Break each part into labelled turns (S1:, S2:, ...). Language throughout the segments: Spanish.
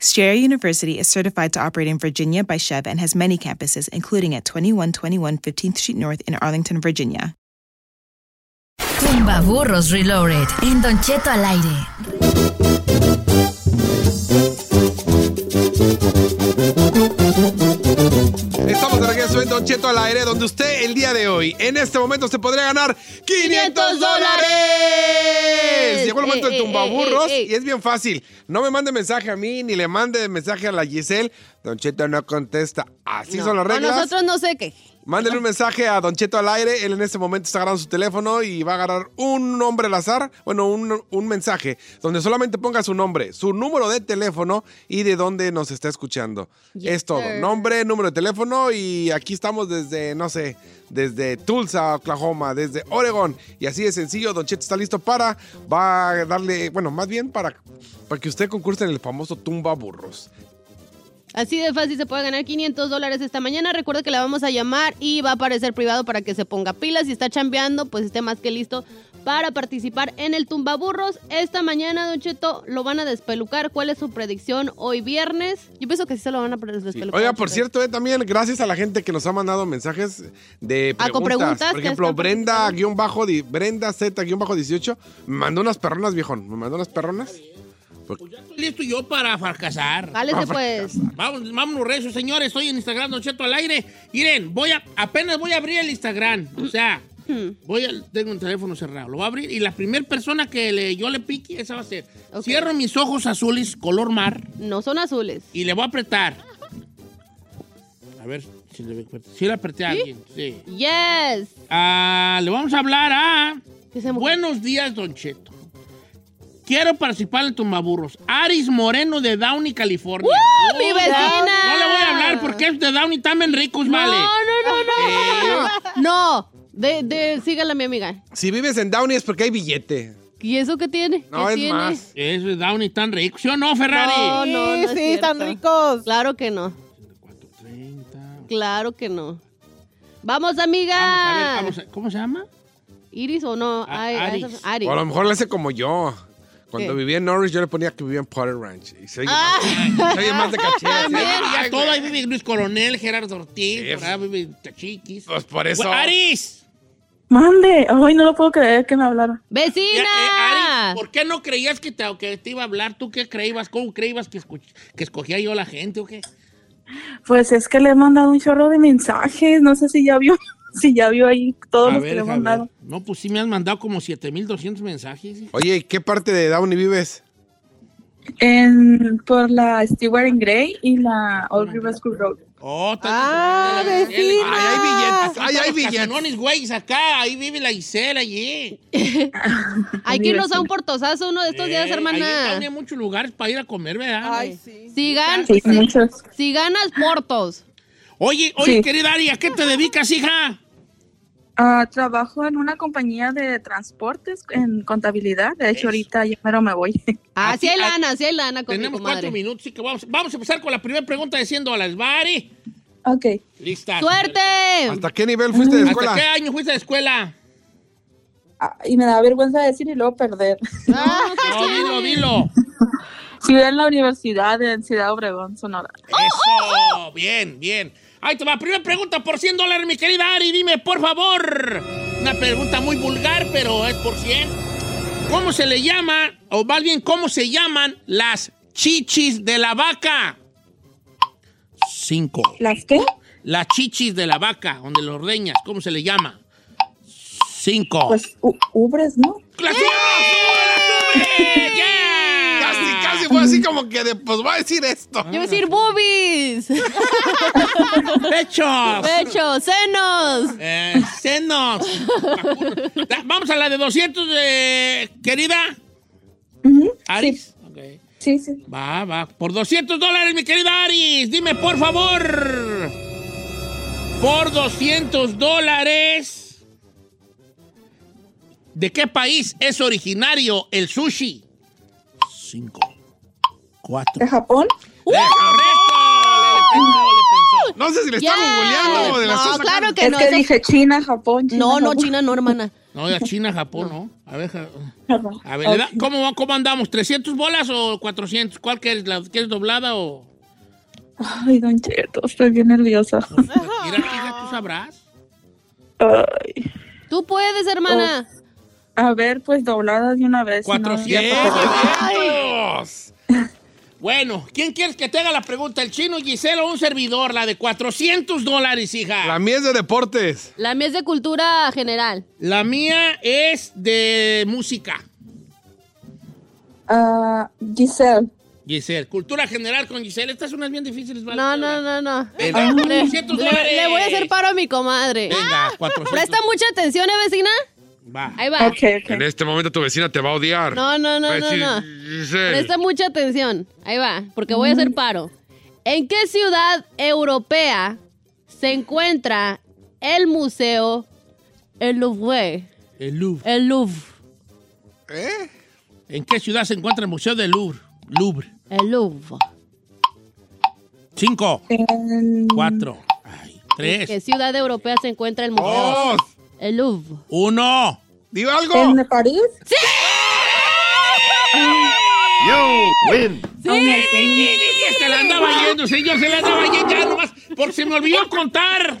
S1: Strayer University is certified to operate in Virginia by Chev and has many campuses, including at 2121 15th Street North in Arlington, Virginia.
S2: Tumba Burros Reloaded en Don Cheto al aire.
S3: Estamos de regreso en Don Cheto al aire, donde usted el día de hoy, en este momento, se podría ganar 500 dólares. Llegó el momento
S4: Eh,
S3: del
S4: eh,
S3: tumbaburros
S4: eh, eh, eh.
S3: y es bien fácil. No me mande mensaje a mí ni le mande mensaje a la Giselle. Don Cheto no contesta. Así
S4: No.
S3: son las
S4: A
S3: reglas.
S4: nosotros no sé qué.
S3: Mándele un mensaje a Don Cheto al aire. Él en este momento está agarrando su teléfono y va a agarrar un nombre al azar. Bueno, un, un mensaje donde solamente ponga su nombre, su número de teléfono y de dónde nos está escuchando.
S4: Yes,
S3: es todo.
S4: sir.
S3: Nombre, número de teléfono y aquí estamos desde, no sé, desde Tulsa, Oklahoma, desde Oregón. Y así de sencillo, Don Cheto está listo para, va a darle, bueno, más bien para, para que usted concurse en el famoso tumba burros.
S4: Así de fácil se puede ganar 500 dólares esta mañana. Recuerda que la vamos a llamar y va a aparecer privado para que se ponga pilas. Si está chambeando, pues esté más que listo para participar en el tumbaburros. Esta mañana, Don Cheto, lo van a despelucar. ¿Cuál es su predicción hoy viernes? Yo pienso que sí se lo van a
S3: Sí.
S4: despelucar.
S5: pues,
S3: Oiga, por
S4: Cheto.
S3: cierto, eh, también gracias a la gente que nos ha mandado mensajes de preguntas.
S4: Ah, con preguntas
S3: por
S4: que
S3: ejemplo,
S4: están
S3: Brenda
S4: participando.
S3: guión bajo di- Brenda Z guión bajo 18 me mandó unas perronas, viejón. Me mandó unas perronas.
S5: Listo yo para fracasar.
S4: Jálese, pues.
S5: Vamos, vámonos recio, señores. Estoy en Instagram, Don Cheto al aire. Miren, voy a, apenas voy a abrir el Instagram. O sea, voy a, tengo un teléfono cerrado. Lo voy a abrir y la primera persona que le- yo le pique, esa va a ser.
S4: Ok.
S5: Cierro mis ojos azules, color mar,
S4: No son azules.
S5: y le voy a apretar. A ver si le apreté. Sí le apreté a alguien. Sí.
S4: Yes.
S5: Ah, le vamos a hablar a.
S4: Que se mo-
S5: Buenos días, Don Cheto. Quiero participar en Tumbaburros. Aris Moreno de Downey, California.
S4: ¡Uh, mi vecina!
S5: No le voy a hablar porque es de Downey, también ricos, vale.
S4: No,
S5: Eh,
S4: no, no, no. No. De, de, sígala, mi amiga.
S3: Si vives en Downey es porque hay billete.
S4: ¿Y eso qué tiene?
S3: No
S4: ¿Qué
S3: es
S4: tiene?
S3: más.
S5: Es de Downey, tan ricos. ¿Sí o no, Ferrari?
S4: No, no, no es
S6: sí, están
S4: cierto.
S6: ricos.
S4: Claro que no.
S5: 4.30.
S4: Claro que no. Vamos, amiga.
S5: Vamos a ver, vamos a- ¿Cómo se llama?
S4: Iris o no?
S5: A-
S4: Ay, ay,
S5: Aris.
S4: Aris.
S3: O a lo mejor le hace como yo. Cuando
S4: ¿Qué? Ah.
S3: vivía en Norris yo le ponía que vivía en Potter Ranch. Y se oye, más, se oye más de caché. así.
S5: Ya todo, ahí vive Luis Coronel, Gerardo Ortiz,
S3: Sí.
S5: por ahí vive Tachiquis.
S3: Pues por eso.
S5: Bueno, ¡Aris!
S7: Mande, hoy no lo puedo creer que me hablaron.
S5: Ya, eh,
S4: ¡Vecina!
S5: Ari, ¿Por qué no creías que te, que te iba a hablar? ¿Tú qué creías? ¿Cómo creías que, escuch- que escogía yo a la gente o qué?
S7: Pues es que le he mandado un chorro de mensajes, no sé si ya vio, si ya vio ahí todos
S5: A
S7: los
S5: ver,
S7: que le he
S5: a ver.
S7: mandado.
S5: No, pues sí me han mandado como 7200 mensajes. ¿eh? hijo.
S3: Oye, ¿y ¿qué parte de Downey vives?
S7: En, por la Stewart and Gray y la Old River School Road.
S5: Oh, tanto-
S6: Ah,
S5: la Gisela.
S6: vecina.
S3: Ay, hay billetes. Ay,
S5: Ahí
S3: hay
S5: están los
S3: billetes.
S5: casinones, güeyes, acá. Ahí vive la Isela, allí.
S4: Hay que irnos a un portosazo uno de estos días,
S5: Eh, Ahí están
S4: hermana.
S5: en muchos lugares para ir a comer, ¿verdad?
S6: Ay, sí.
S4: Si, gan-
S7: Sí, muchos.
S4: si ganas portos.
S5: Oye, oye,
S7: Sí.
S5: querida Ari, ¿a qué te dedicas, hija?
S7: Ah, trabajo en una compañía de transportes en contabilidad. De hecho,
S5: Eso.
S7: ahorita ya mero me voy.
S4: Ah, sí
S5: Así-
S4: hay
S5: a-
S4: lana, sí hay lana con mi
S5: Tenemos cuatro
S4: comadre.
S5: minutos, así que vamos, vamos a empezar con la primera pregunta de 100 dólares. ¿Va, Ari?
S7: ok.
S5: Lista.
S4: ¡Suerte!
S3: ¿Hasta qué nivel fuiste de
S5: ¿Hasta qué
S3: escuela?
S5: año fuiste a la escuela?
S7: Ah, y me da vergüenza decir y luego perder.
S4: Ah,
S5: No, dilo, dilo.
S7: Estudié en la universidad en Ciudad Obregón, Sonora.
S5: Eso, bien, bien. Ahí te va, primera pregunta por 100 dólares, mi querida Ari, dime, por favor. Una pregunta muy vulgar, pero es por 100. ¿Cómo se le llama, o más bien, cómo se llaman las chichis de la vaca? Cinco.
S7: ¿Las qué?
S5: Las chichis de la vaca, donde lo ordeñas, ¿cómo se le llama? Cinco.
S7: Pues u- ubres, ¿no?
S5: ¡Las ubres! ¡Las ubres! ¡Yeah!
S3: Casi, casi fue así como que de, pues voy a decir esto.
S4: Yo iba a decir boobies,
S5: ¡Pechos!
S4: pechos, senos.
S5: Eh, senos. La- Vamos a la de 200, eh, querida.
S7: Ujú,
S5: Aris. Ok.
S7: Sí, sí.
S5: Va, va. Por 200 dólares, mi querida Aris. Dime, por favor. Por 200 dólares. ¿De qué país es originario el sushi? Cinco. Cuatro.
S7: ¿De Japón? ¡Uh!
S5: ¡Eh, correcto! Le- le pensó, le pensó.
S3: No sé si le
S4: Yeah.
S3: está googleando o de la está
S4: No,
S3: sacando.
S4: claro que
S7: es
S4: no.
S7: que
S4: esa-
S7: dije China, Japón. China,
S4: No, no,
S7: Japón.
S4: China no, hermana.
S5: No, ya China, Japón, ¿no? A ver, ja-
S7: Japón.
S5: A ver, ¿le da-
S7: Ok.
S5: ¿cómo, va- ¿cómo andamos? ¿300 bolas o 400? ¿Cuál quieres? ¿La quieres doblada o...?
S7: Ay, don Cheto, estoy bien nerviosa.
S4: Pues,
S5: Mira, hija, tú sabrás.
S7: Ay. oh.
S4: Tú puedes, pues, hermana.
S7: A ver, pues doblada de una vez. si no, ya
S5: 400.
S7: para perder.
S5: ¡Dios! Bueno, ¿quién quieres que te haga la pregunta? ¿El chino, Gisela o un servidor? La de 400 dólares, hija.
S3: La
S5: La,
S3: mía es de deportes.
S4: La mía es de cultura general.
S5: mía es de música.
S7: Ah, Giselle.
S5: Giselle, cultura general con Giselle. Estas son unas bien difíciles, ¿vale?
S4: No, no, no, no.
S5: Eh,
S4: Ah.
S5: no,
S4: Le,
S5: 400 dólares.
S4: le- le voy a hacer paro a mi comadre. Ah,
S5: Venga, 400.
S4: Presta mucha atención, ¿eh, vecina?
S5: Va.
S4: Ahí va.
S7: Ok, ok.
S3: este momento tu vecina te va a odiar.
S4: No, no, no,
S3: Va a
S4: no,
S3: decir,
S4: no. este
S3: "Giselle".
S4: Presta mucha atención. Ahí va, porque voy a hacer paro. ¿En qué ciudad europea se encuentra el museo El Louvre?
S5: El Louvre.
S4: El Louvre.
S3: ¿Eh?
S5: ¿En qué ciudad se encuentra el Museo del Louvre? Louvre.
S4: El Louvre.
S5: Cinco.
S7: En-
S5: Cuatro. Ay,
S4: ¿Qué
S5: tres.
S4: ciudad europea se encuentra el museo?
S3: ¡Oh!
S4: El Louvre.
S5: Uno.
S3: ¡Digo algo!
S7: ¿En París?
S5: Sí, se la andaba yendo, señor, se la andaba yendo ya nomás, porque se me olvidó contar.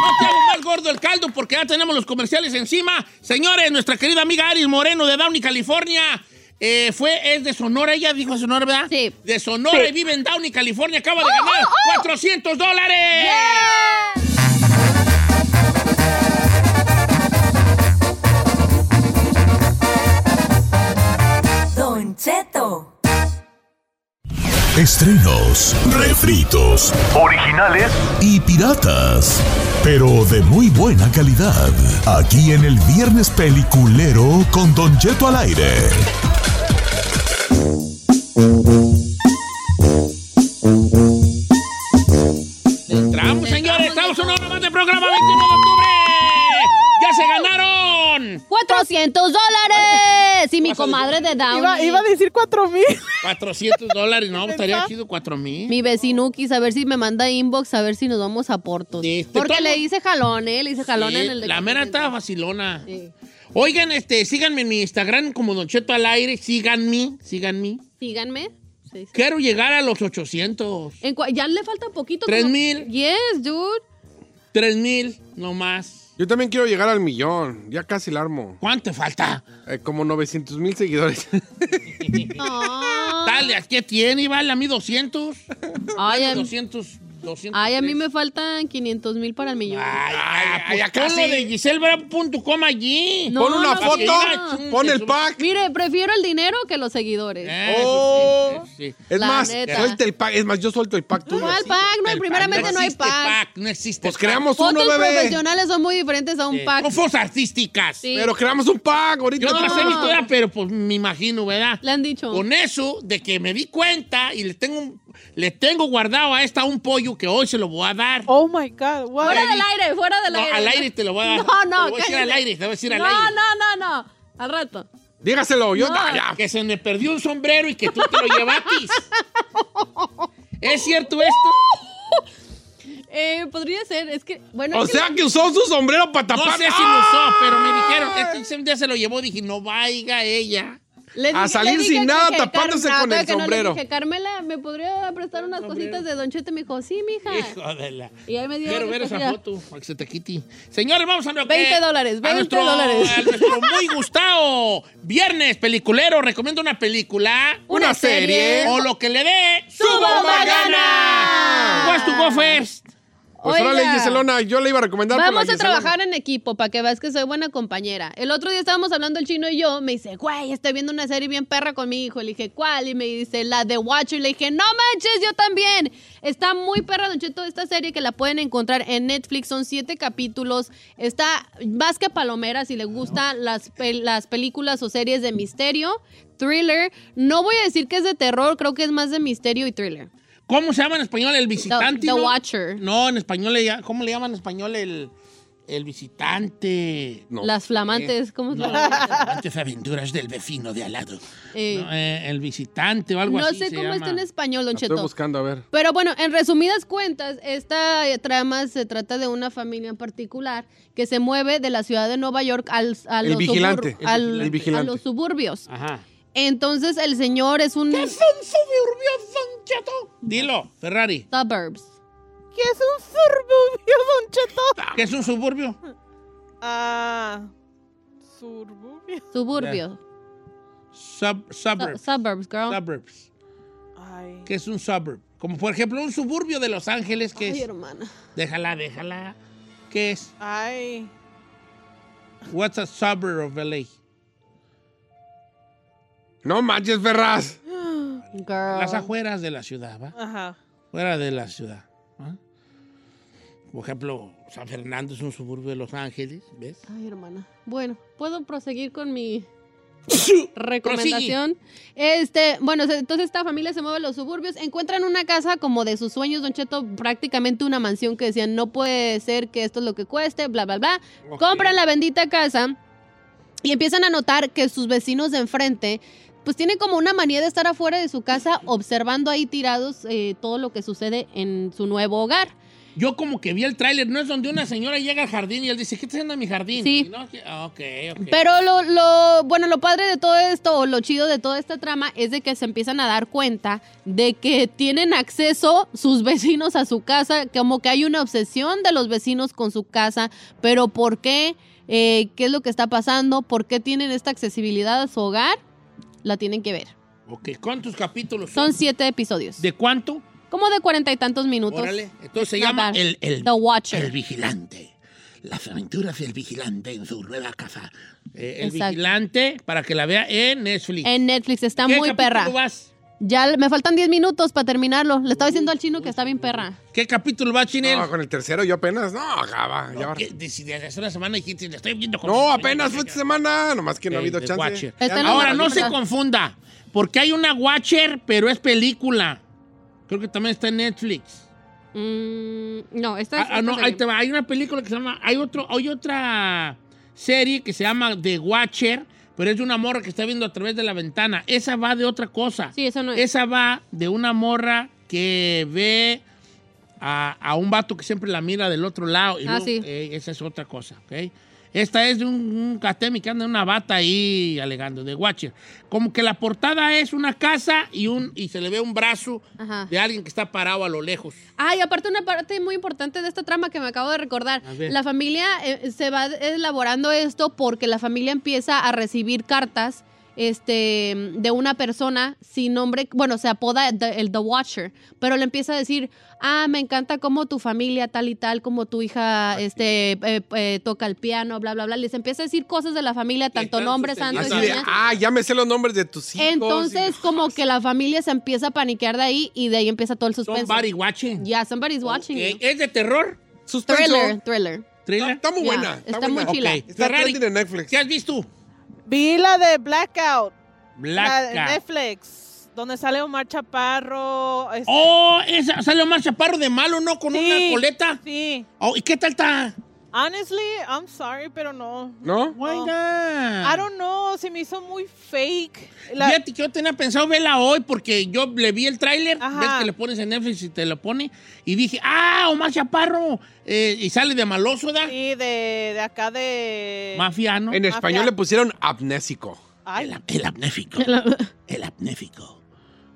S5: No te hago más gordo el caldo porque ya tenemos los comerciales encima. Señores, nuestra querida amiga Aris Moreno de Downey, California. eh, fue, es de Sonora, ella dijo de Sonora, ¿verdad?
S4: Sí. ¡Oh,
S5: De Sonora y vive en Downey, California. Acaba de ganar 400 dólares.
S6: Don Cheto.
S8: Estrenos, refritos, originales y piratas, pero de muy buena calidad. Aquí en el Viernes Peliculero con Don Jeto al aire.
S5: Entramos, señores.
S4: Entramos,
S5: Estamos una hora más de programa 21 de octubre. ¡Ya se ganaron!
S4: 400 dólares. Y mi
S5: Pásale.
S4: comadre de Down.
S9: Iba, iba a decir cuatro mil.
S5: 400 dólares. No, estaría chido 4 mil.
S4: ¿Eh? Mi vecinuquis, a ver si me manda inbox, a ver si nos vamos a Portos.
S5: Sí, te
S4: Porque
S5: tomo.
S4: le hice jalón, ¿eh? Le hice jalón en el de
S5: Este, la mera
S4: 400.
S5: estaba vacilona.
S4: Sí.
S5: Oigan, este, síganme en mi Instagram como Don Cheto al aire, síganme, síganme.
S4: Síganme. Sí, sí.
S5: Quiero llegar a los 800,
S4: En cua- ya le falta poquito.
S5: Tres
S4: como-
S5: mil.
S4: Yes, dude.
S5: 3000 nomás.
S3: Yo también quiero llegar al millón. Ya casi la armo.
S5: ¿Cuánto te falta?
S3: Eh, como 900 mil seguidores.
S4: Ah.
S5: Dale, ¿a qué tiene? Iván? a mí 200.
S4: Ay, em. a mí,
S5: 200, 200.
S4: ay, a mí me faltan 5entos mil para el millón.
S5: Ay,
S3: Ay,
S5: ay,
S3: ya
S5: pues pon
S3: casi.
S5: lo de GiselleBravo.com allí.
S4: No,
S3: pon una
S4: no,
S3: foto,
S4: no.
S3: pon el pack.
S4: Mire, prefiero el dinero que los seguidores.
S5: Eh,
S3: Oh.
S5: pues sí, sí, sí.
S3: Es
S4: La
S3: más,
S4: neta.
S3: suelta el pack. Es más, yo suelto el pack tuyo.
S4: ¿Cuál pack? No,
S5: El
S4: hay- primeramente
S5: pack,
S4: no hay
S5: existe
S4: pack.
S5: No existe.
S3: Pues
S5: pack.
S3: creamos uno,
S4: Fotos
S3: bebé.
S4: profesionales son muy diferentes a un
S5: Eh,
S4: pack.
S5: Fotos artísticas.
S4: Sí.
S3: Pero creamos un pack ahorita.
S5: Yo no las he
S4: No.
S5: visto ya, pero pues me imagino, ¿verdad?
S4: Le han dicho.
S5: Con eso, de que me di cuenta y le tengo, un- le tengo guardado a esta un pollo que hoy se lo voy a dar.
S9: Oh my God. wow.
S4: Fuera del aire, fuera del
S5: No,
S4: aire.
S5: al aire te lo voy a dar.
S4: No,
S5: Te lo
S4: no,
S5: voy a decir
S4: cállate.
S5: al aire, te voy a decir al
S4: no,
S5: aire.
S4: No, no, no, Al rato.
S3: Dígaselo. Yo,
S4: No.
S3: Ah, ya.
S5: Que se me perdió un sombrero y que tú te lo llevaste. ¿Es cierto esto?
S4: Eh, podría ser, es que, bueno.
S3: O
S4: es
S3: sea que usó su sombrero para tapar.
S5: No sé si lo usó, pero me dijeron, este un día se lo llevó, dije, no vaya ella.
S4: le
S3: a
S4: dije-
S3: salir
S4: le dije
S3: sin
S4: que-
S3: nada,
S4: que
S3: tapándose
S4: Carmen-
S3: con el
S4: no, que no, le
S3: sombrero.
S4: dije, Carmela, ¿me podría prestar unas cositas de Don Cheto? Me dijo, sí, mija.
S5: Hijo de la...
S4: Y ahí me dio
S5: Quiero
S4: la
S5: ver esa
S4: cantidad.
S5: foto, para que se te quite. Señores, vamos a...
S4: 20 dólares,
S5: a
S4: 20
S5: nuestro-
S4: dólares.
S5: A nuestro muy gustado viernes peliculero. Recomiendo una película.
S4: Una serie.
S5: O lo que le dé... ¡Su
S4: bomba
S5: bomba gana!
S4: gana!
S5: What's to go first?
S3: Ah. Pues
S4: Oiga.
S3: órale, Giselona, yo le iba a recomendar. pero
S4: Vamos
S3: la
S4: a
S3: Giselona-
S4: trabajar en equipo para que veas que soy buena compañera. El otro día estábamos hablando el chino y yo. Me dice, güey, estoy viendo una serie bien perra con mi hijo. Le dije, ¿cuál? Y me dice, la de Watcher. Le dije, no manches, yo también. Está muy perra, Don Cheto, esta serie que la pueden encontrar en Netflix. Son siete capítulos. Está más que palomera si le gustan las, pel- las películas o series de misterio, thriller. No voy a decir que es de terror, creo que es más de misterio y thriller.
S5: ¿Cómo se llama en español el visitante?
S4: The
S5: no?
S4: Watcher.
S5: No, en español, le ll- ¿cómo le llaman en español el, el visitante?
S3: No.
S4: Las flamantes, ¿cómo se
S5: No,
S4: llama?
S5: antes aventuras del vecino de al lado.
S4: Eh.
S5: No, eh, el visitante o algo
S4: No
S5: así.
S4: sé
S5: se
S4: cómo está
S5: llama.
S4: en español, Don
S3: La Estoy
S4: Cheto.
S3: buscando, a ver.
S4: Pero bueno, en resumidas cuentas, esta eh, trama se trata de una familia en particular que se mueve de la ciudad de Nueva York al, a
S3: El
S4: los
S3: vigilante,
S4: subur-
S3: el
S4: al-
S3: vigilante. El
S4: a
S3: vigilante.
S4: los suburbios.
S5: Ajá.
S4: Entonces el señor es un
S5: Son suburbios, Don Cheto. Dilo, Ferrari.
S4: suburbs.
S9: ¿Qué es un suburbio, Don Cheto?
S5: ¿Qué es un suburbio?
S9: Ah. Suburbio.
S4: Suburbio.
S5: Sub-
S4: Su-
S5: suburbs.
S4: Suburbs, girl.
S5: Suburbs.
S9: Ay.
S5: ¿Qué es un suburb? Como por ejemplo un suburbio de Los Ángeles que
S4: Ay,
S5: es.
S4: hermana.
S5: Déjala, déjala. ¿Qué es?
S9: Ay.
S5: What's a suburb of LA?
S3: No manches, Ferraz.
S4: Girl.
S5: Las afueras de la ciudad, ¿va?
S9: Ajá.
S5: Fuera de la ciudad. ¿va? Por ejemplo, San Fernando es un suburbio de Los Ángeles, ¿ves?
S4: Ay, hermana. Bueno, puedo proseguir con mi recomendación. Este, bueno, se- entonces esta familia se mueve a los suburbios, encuentran una casa como de sus sueños, Don Cheto, prácticamente una mansión que decían, no puede ser que esto es lo que cueste, bla, bla, bla.
S5: Ok.
S4: Compran la bendita casa y empiezan a notar que sus vecinos de enfrente pues tienen como una manía de estar afuera de su casa observando ahí tirados eh, todo lo que sucede en su nuevo hogar.
S5: Yo como que vi el tráiler, ¿no es donde una señora llega al jardín y él dice, ¿qué está haciendo en mi jardín?
S4: Sí.
S5: Y no, que- ah, ok, ok.
S4: Pero lo, lo- bueno, lo padre de todo esto, o lo chido de toda esta trama, es de que se empiezan a dar cuenta de que tienen acceso sus vecinos a su casa, como que hay una obsesión de los vecinos con su casa, pero ¿por qué? Eh, ¿Qué es lo que está pasando? ¿Por qué tienen esta accesibilidad a su hogar? La tienen que ver.
S5: Ok, ¿cuántos capítulos
S4: Son siete episodios.
S5: ¿De cuánto?
S4: Como de cuarenta y tantos minutos.
S5: Órale. Entonces se
S4: Not
S5: llama
S4: bad.
S5: el, el,
S4: The Watcher.
S5: el Vigilante. Las aventuras del vigilante en su nueva casa. Eh, el
S4: Exacto.
S5: vigilante, para que la vea en Netflix.
S4: En Netflix está
S5: ¿Qué
S4: muy
S5: capítulo
S4: perra.
S5: vas?
S4: Ya me faltan diez minutos para terminarlo. Le estaba diciendo al chino que está bien perra.
S5: ¿Qué capítulo va, Chinel?
S3: No, con el tercero yo apenas. No, acaba. ya
S5: No,
S3: va.
S5: que desde desde hace una semana dijiste, le estoy viendo con-
S3: No, apenas fue esta semana. Nomás que no ha
S5: Eh,
S3: habido
S5: The
S3: chance.
S5: Watcher.
S4: Está en la
S5: Ahora, no se
S4: película.
S5: confunda, porque hay una Watcher, pero es película. Creo que también está en Netflix.
S4: Mm, no, esta es.
S5: Ah, ah, no,
S4: esta
S5: ahí
S4: serie.
S5: te va. Hay una película que se llama. Hay, otro, hay otra serie que se llama The Watcher, pero es de una morra que está viendo a través de la ventana. Esa va de otra cosa.
S4: Sí, eso no es.
S5: Esa va de una morra que ve a, a un vato que siempre la mira del otro lado. Y
S4: Ah,
S5: luego,
S4: sí.
S5: eh, esa es otra cosa, ¿ok? Esta es de un, un catemi que anda en una bata ahí alegando, de Watcher. Como que la portada es una casa y, un, y se le ve un brazo
S4: Ajá.
S5: de alguien que está parado a lo lejos.
S4: Ay, aparte una parte muy importante de esta trama que me acabo de recordar.
S5: A ver.
S4: La familia eh, se va elaborando esto porque la familia empieza a recibir cartas este, de una persona sin nombre, bueno, se apoda The- el The Watcher, pero le empieza a decir, ah, me encanta cómo tu familia tal y tal, como tu
S5: Ah,
S4: hija este, eh, eh, toca el piano, bla, bla, bla. Les empieza a decir cosas de la familia, tanto
S5: están
S4: nombres, tanto
S5: sucediendo.
S3: Así de,
S4: señas.
S3: ah, ya me sé los nombres de tus hijos.
S4: Entonces, como que la familia se empieza a paniquear de ahí y de ahí empieza todo el suspenso.
S5: Somebody watching.
S4: Yeah, somebody's watching
S5: Ok,
S4: you.
S5: ¿Eh? ¿Es de terror?
S3: Suspenso.
S4: Thriller, thriller.
S3: Está,
S5: ¿Thriller?
S3: está muy
S4: Yeah,
S3: buena.
S4: está muy
S3: buena.
S4: chila.
S5: Ok.
S3: Está
S5: Ferrari.
S3: trending en Netflix.
S5: ¿Qué has visto?
S9: Vi la de Blackout. La de
S5: Blanca.
S9: Netflix. Donde sale Omar Chaparro. este,
S5: Oh, esa, sale Omar Chaparro de malo, ¿no? Con
S9: Sí.
S5: una coleta.
S9: Sí.
S5: Oh, ¿Y qué tal está?
S9: Honestly, I'm sorry, pero no.
S3: ¿No?
S5: Why not?
S9: I don't know, se me hizo muy fake. La-
S5: Fíjate que yo tenía pensado verla hoy porque yo le vi el tráiler,
S9: Ajá.
S5: ves que le pones en Netflix y te lo pone, y dije, ¡ah, Omar Chaparro! Eh, y sale de maloso, ¿da?
S9: Sí, de, de acá de...
S5: Mafiano.
S3: En español le pusieron amnésico.
S9: Ay.
S5: El apnéfico. El apnéfico.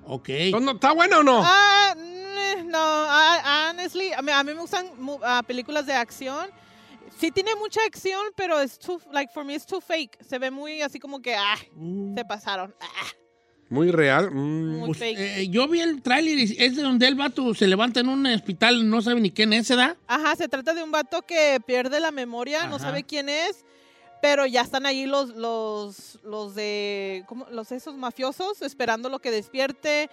S5: Ok.
S3: Pues ¿No- no- ¿Está bueno o no?
S9: Ah, mm, no, ah, honestly, a mí, a mí me gustan mu- ah, películas de acción. Sí tiene mucha acción, pero es too, like, for me it's too fake. Se ve muy así como que, ah,
S3: Mm.
S9: se pasaron. Ah,
S3: Muy real. mm.
S9: muy
S5: Pues,
S9: fake.
S5: eh, yo vi el tráiler y es de donde el vato se levanta en un hospital, no sabe ni quién es, ¿da?
S9: Ajá, se trata de un vato que pierde la memoria, no
S5: Ajá.
S9: sabe quién es, pero ya están ahí los, los, los de, ¿cómo? Los esos mafiosos esperando lo que despierte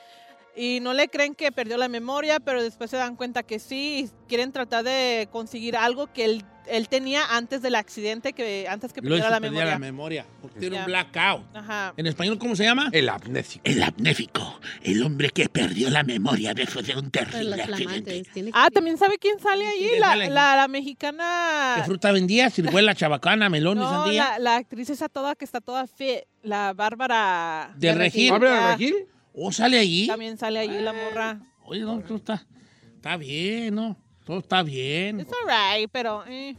S9: y no le creen que perdió la memoria, pero después se dan cuenta que sí y quieren tratar de conseguir algo que él, él tenía antes del accidente, que antes que
S5: Lo hizo
S9: perdiera la
S5: perder
S9: memoria.
S5: la memoria, porque tiene un
S9: Ya.
S5: blackout.
S9: Ajá.
S5: ¿En español cómo se llama?
S3: El amnésico.
S5: El apnéfico, el hombre que perdió la memoria después de
S9: Pues
S5: un
S4: Pero
S5: terrible
S4: los
S5: accidente.
S4: flamantes. Tiene que-
S9: Ah, también sabe quién sale ahí,
S5: quién
S9: la,
S5: sale ahí?
S9: la- la
S5: ¿Qué
S9: mexicana.
S5: fruta vendía? Ciruela, chabacana, melón y
S9: No,
S5: sandía.
S9: la, la actriz esa toda que está toda fit, la Bárbara.
S5: De Regil.
S3: ¿Bárbara
S9: ya.
S3: Regil?
S5: ¿O sale allí?
S9: También sale ahí la morra.
S5: Oye, no, todo está, está bien, ¿no? Todo está bien.
S9: It's alright, pero. eh.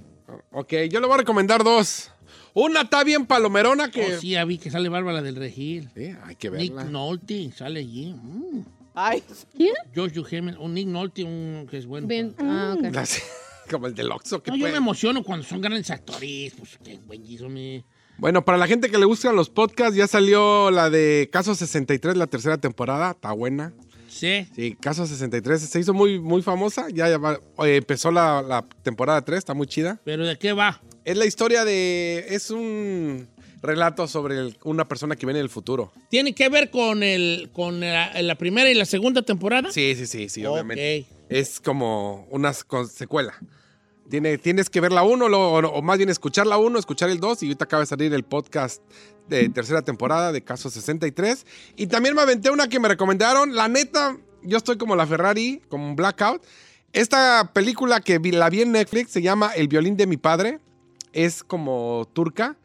S3: Ok, yo le voy a recomendar dos. Una está bien palomerona que...
S5: Oh, sí, ya vi que sale Bárbara del Regil.
S3: Sí, hay que
S5: Nick
S3: verla.
S5: Nolte sale allí. Mm.
S9: Ay,
S4: ¿Quién?
S5: George Eugenio, un Nick Nolte, un que es bueno. Pues,
S4: Ven- Ah, ok.
S3: Las- Como el del Oxxo. que
S5: No, yo
S3: puede-
S5: me emociono cuando son grandes actores. Pues qué buen guiso me.
S3: Bueno, para la gente que le gustan los podcasts, ya salió la de Caso 63, la tercera temporada. Está buena.
S5: Sí.
S3: Sí, Caso 63 se hizo muy, muy famosa. Ya, ya va- eh, empezó la, la temporada 3, está muy chida.
S5: Pero ¿de qué va?
S3: Es la historia de... Es un relato sobre el- una persona que viene del futuro.
S5: ¿Tiene que ver con el con la, la primera y la segunda temporada?
S3: Sí, sí, sí, sí,
S5: Ok.
S3: obviamente. Es como una con- secuela. Tiene, tienes que ver la 1, o, o más bien escuchar la 1, escuchar el 2, y ahorita acaba de salir el podcast de tercera temporada de Caso 63. Y también me aventé una que me recomendaron. La neta, yo estoy como la Ferrari, como un blackout. Esta película que vi- la vi en Netflix se llama El violín de mi padre. Es como turca.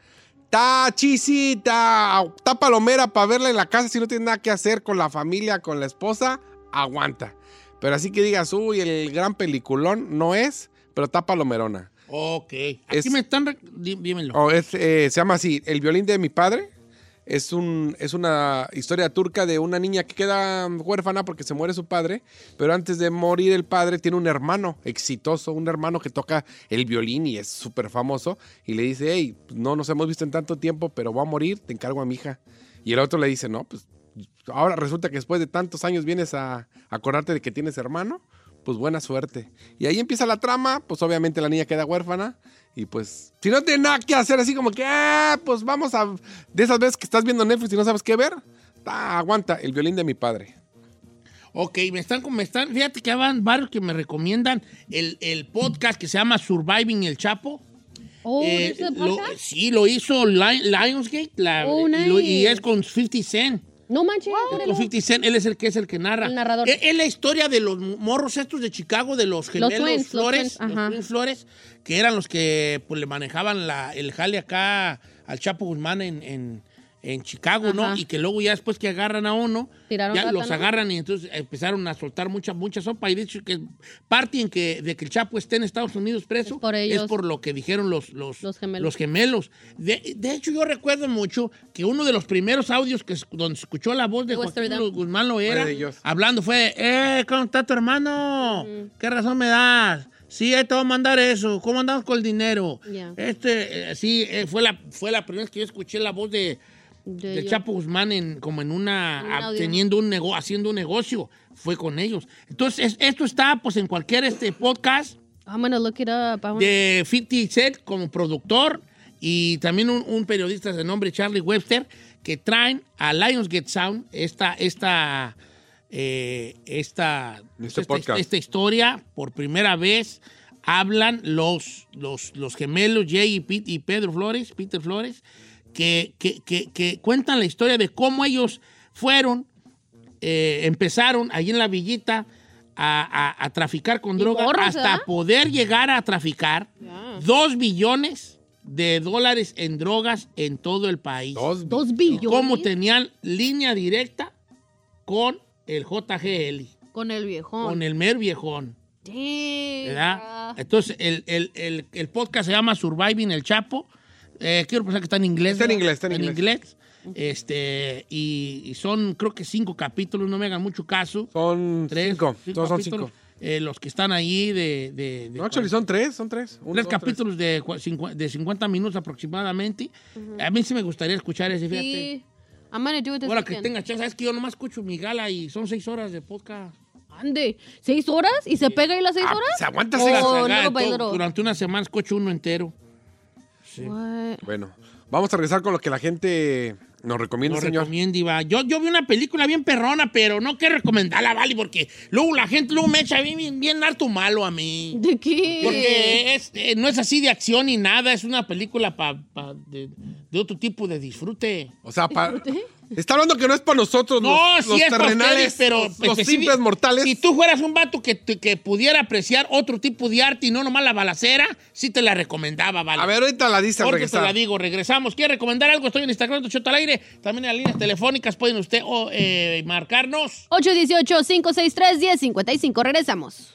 S3: Está chisita, está palomera para verla en la casa si no tiene nada que hacer con la familia, con la esposa, aguanta. Pero así que digas, uy, el gran peliculón no es, pero está palomerona.
S5: Ok. Aquí
S3: Es-
S5: me están. re- dí- Dímelo.
S3: O es, eh, se llama así, El violín de mi padre. Es, un, es una historia turca de una niña que queda um, huérfana porque se muere su padre, pero antes de morir el padre tiene un hermano exitoso, un hermano que toca el violín y es súper famoso, y le dice, hey, no nos hemos visto en tanto tiempo, pero voy a morir, te encargo a mi hija. Y el otro le dice, no, pues ahora resulta que después de tantos años vienes a acordarte de que tienes hermano, pues buena suerte. Y ahí empieza la trama, pues obviamente la niña queda huérfana y pues si no tiene nada que hacer así como que, ah, pues vamos a... De esas veces que estás viendo Netflix y no sabes qué ver, ah, aguanta, el violín de mi padre.
S5: Ok, me están, me están, fíjate que van varios que me recomiendan el, el podcast que se llama Surviving el Chapo.
S4: Oh,
S5: Eh,
S4: ¿es de
S5: lo-
S4: podcast?
S5: sí, lo hizo Li- Lionsgate la-
S4: Oh,
S5: y, lo- y
S4: nice.
S5: es con 50 Cent.
S4: No manches.
S5: Con
S4: órale.
S5: 50 Cent, él es el que es el que narra. E-,
S4: El narrador.
S5: Es, es la historia de los morros estos de Chicago, de los gemelos
S4: twins, los
S5: Flores,
S4: twins,
S5: los
S4: ajá.
S5: twins Flores, que eran los que pues, le manejaban la- el jale acá al Chapo Guzmán en, en- en Chicago, ¿no?
S4: Ajá.
S5: Y que luego ya después que agarran a uno,
S4: Tiraron
S5: ya
S4: lata,
S5: los
S4: ¿no?
S5: agarran y entonces empezaron a soltar mucha, mucha sopa. Y de hecho que parte en que, de que el Chapo esté en Estados Unidos preso
S4: Es por ellos.
S5: por lo que dijeron los, los,
S4: Los gemelos.
S5: gemelos. De, de hecho, yo recuerdo mucho que uno de los primeros audios que, es- donde se escuchó la voz de
S4: Western
S5: Joaquín
S4: Dam.
S5: Guzmán lo
S3: Fue de ellos.
S5: Hablando fue, eh, ¿cómo está tu hermano? ¿Qué razón me das? Ah, Sí, ahí te voy a mandar eso. ¿Cómo andamos con el dinero?
S4: Ya.
S5: Este, eh, sí, eh, fue, la, fue la primera vez que yo escuché la voz de,
S4: De
S5: del
S4: ellos.
S5: Chapo Guzmán en, como en una,
S4: Un audio.
S5: teniendo un negocio, haciendo un negocio. Fue con ellos. Entonces, es- esto está pues en cualquier este podcast
S4: I'm gonna look it up. I'm gonna-
S5: de 50 Cent como productor y también un, un periodista de nombre Charlie Webster que traen a Lionsgate Sound esta, esta, eh, esta, pues,
S3: Este
S5: esta-
S3: podcast.
S5: esta historia por primera vez. Hablan los, los, los gemelos Jay y, Pete- y Pedro Flores, Peter Flores, que, que- que- que cuentan la historia de cómo ellos fueron eh, empezaron ahí en la villita a, a- a traficar con
S4: Y
S5: droga
S4: gorros,
S5: hasta
S4: ¿verdad?
S5: poder llegar a traficar
S4: Ya.
S5: 2 billones de dólares en drogas en todo el país.
S4: Dos billones.
S5: Como tenían línea directa con el JGL,
S4: Con el viejón.
S5: con el mer viejón,
S4: Damn,
S5: ¿verdad?
S4: bruh.
S5: Entonces, el, el- el- el podcast se llama Surviving el Chapo. Eh, quiero pensar que está en inglés.
S3: Está en
S5: ¿verdad?
S3: inglés, está en
S5: inglés. Este, y, y son, creo que cinco capítulos, no me hagan mucho caso.
S3: Son
S5: Tres,
S3: cinco. Todos son
S5: capítulos,
S3: cinco.
S5: eh, los que están ahí de... de- de
S3: No, Choli, son tres, son tres. Uno,
S5: tres
S3: dos,
S5: capítulos de cua- cincu- de 50 minutos aproximadamente. A mí sí me gustaría escuchar ese, fíjate.
S4: Sí. I'm gonna do it this
S5: Ahora que
S4: weekend.
S5: tenga chance, es que yo nomás escucho mi gala y son seis horas de podcast.
S4: Ande. ¿Seis horas? ¿Y se pega ahí las seis
S3: Ah,
S4: horas?
S3: ¿Se aguanta
S4: Oh,
S3: seis?
S4: no,
S5: Saga,
S4: Pedro.
S5: todo- durante una semana escucho uno entero.
S4: What?
S3: Bueno, vamos a regresar con lo que la gente nos recomienda,
S5: Lo
S3: señor.
S5: recomiendo, Iba. Yo, yo vi una película bien perrona, pero no quiero recomendarla, vale, porque luego la gente luego me echa bien, bien, bien harto malo a mí.
S4: ¿De qué?
S5: Porque es- eh, no es así de acción ni nada, es una película pa- pa- de, de otro tipo de disfrute.
S3: O sea, pa- está hablando que no es para nosotros
S5: No,
S3: los,
S5: sí
S3: los
S5: es pa'
S3: terrenales,
S5: ustedes, pero
S3: los, los
S5: especifi-
S3: simples mortales.
S5: Si tú fueras un vato que, te- que pudiera apreciar otro tipo de arte y no nomás la balacera, sí te la recomendaba, vale.
S3: A ver, ahorita la dice al
S5: Porque te
S3: regresar.
S5: la digo, regresamos. ¿Quiere recomendar algo? Estoy en Instagram, Don Cheto al aire. También en las líneas telefónicas pueden usted o, eh, marcarnos.
S4: 818-563-1055. Regresamos.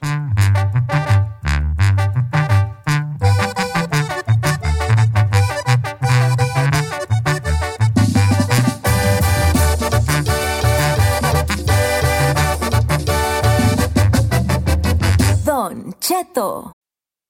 S6: Don Cheto.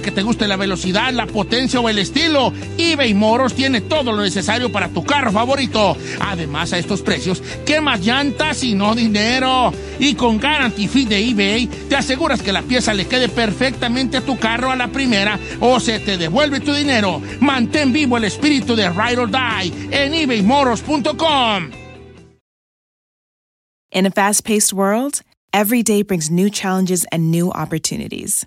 S5: que te guste la velocidad, la potencia o el estilo, eBay Moros tiene todo lo necesario para tu carro favorito. Además, a estos precios, ¿qué más llantas y no dinero? Y con Guarantee Fee de eBay, te aseguras que la pieza le quede perfectamente a tu carro a la primera o se te devuelve tu dinero. Mantén vivo el espíritu de Ride or Die en eBayMoros.com.
S1: In a fast paced world, every day brings new challenges and new opportunities.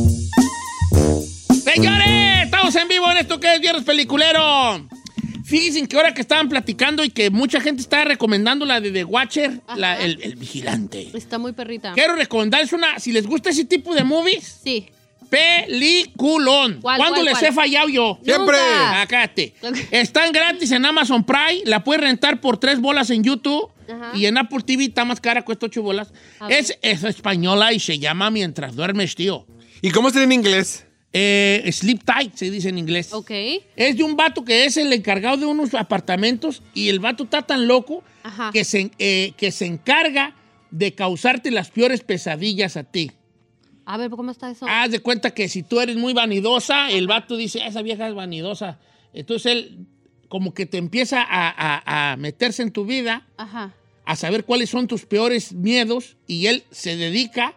S5: Señores, estamos en vivo en esto que es Viernes Peliculero. Fíjense que ahora que estaban platicando y que mucha gente estaba recomendando la de The Watcher, la- el, el vigilante.
S4: Está muy perrita.
S5: Quiero recomendarles una, si les gusta ese tipo de movies,
S4: Sí.
S5: peliculón.
S4: ¿Cuál,
S5: ¿Cuándo
S4: cuál,
S5: les
S4: cuál?
S5: he fallado yo?
S3: Siempre.
S4: Nunca.
S5: Acáte. Están gratis en Amazon Prime, la puedes rentar por tres bolas en YouTube
S4: Ajá.
S5: y en Apple TV está más cara, cuesta ocho bolas.
S4: A ver.
S5: Es, es española y se llama Mientras duermes, tío.
S3: ¿Y cómo sería en inglés?
S5: Eh, sleep tight, se dice en inglés.
S4: Ok.
S5: Es de un vato que es el encargado de unos apartamentos y el vato está tan loco
S4: Ajá.
S5: que se, eh, que se encarga de causarte las peores pesadillas a ti.
S4: A ver, ¿cómo está eso?
S5: Haz de cuenta que si tú eres muy vanidosa, el vato dice, esa vieja es vanidosa. Entonces él como que te empieza a, a- a meterse en tu vida,
S4: Ajá.
S5: a saber cuáles son tus peores miedos y él se dedica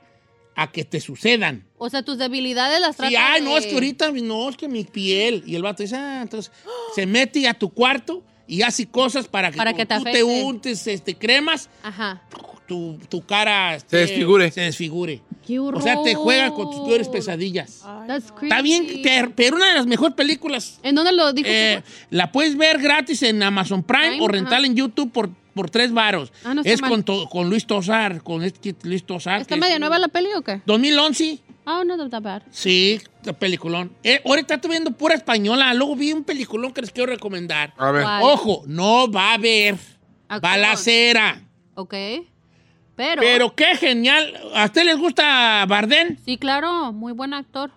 S5: a que te sucedan.
S4: O sea, tus debilidades las trata
S5: Y, ay, no,
S4: de-
S5: es que ahorita, no, es que mi piel. Y el vato dice, ah, entonces se mete a tu cuarto y hace cosas para que,
S4: Para
S5: como
S4: que te
S5: tú te
S4: afecte.
S5: untes este, cremas,
S4: Ajá.
S5: tu, tu cara
S3: Se desfigure.
S5: Se desfigure.
S4: Qué horror.
S5: O sea, te juega con tus peores pesadillas.
S4: That's creepy.
S5: Está bien, per- pero una de las mejores películas.
S4: ¿En dónde lo dijo?
S5: Eh, la puedes ver gratis en Amazon Prime,
S4: Prime,
S5: o rentar
S4: ajá.
S5: en YouTube por, por tres varos.
S4: Ah, no está
S5: es
S4: mal.
S5: con, to- con Luis Tosar, con este Luis Tosar.
S4: ¿Está
S5: que
S4: medio
S5: es-
S4: nueva la peli o qué?
S5: 2011.
S4: Ah, no, no, está bad.
S5: Sí, peliculón. Eh, ahorita estoy viendo pura española. Luego vi un peliculón que les quiero recomendar.
S3: A ver.
S4: ¿Cuál?
S5: Ojo, no va a haber
S4: Acción.
S5: balacera.
S4: Ah, Ok. Pero,
S5: Pero qué genial. ¿A usted les gusta Bardem?
S4: sí, claro, muy buen actor.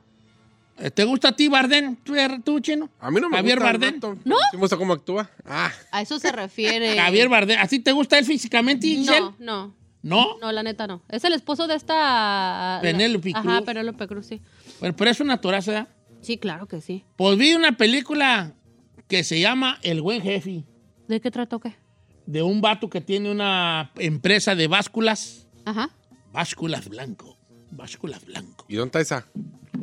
S5: Eh, ¿Te gusta a ti Bardem? ¿Tú, er, tú, chino?
S3: A mí no me
S5: Javier
S3: gusta
S5: Bardem.
S3: tanto.
S4: ¿No?
S3: Sí me gusta cómo actúa. Ah,
S4: A eso se refiere.
S5: Javier Bardem. ¿Así te gusta él físicamente, Giselle?
S4: No, no.
S5: No.
S4: No, la neta no. Es el esposo de esta.
S5: Penélope
S4: Ajá,
S5: Cruz.
S4: Penélope Cruz, sí.
S5: Bueno, pero es una toraza. ¿verdad?
S4: Sí, claro que sí.
S5: Pues vi una película que se llama El Buen Jefe,
S4: ¿De qué trató qué?
S5: de un vato que tiene una empresa de básculas.
S4: Ajá.
S5: Básculas blanco. Básculas blanco.
S3: ¿y dónde está esa?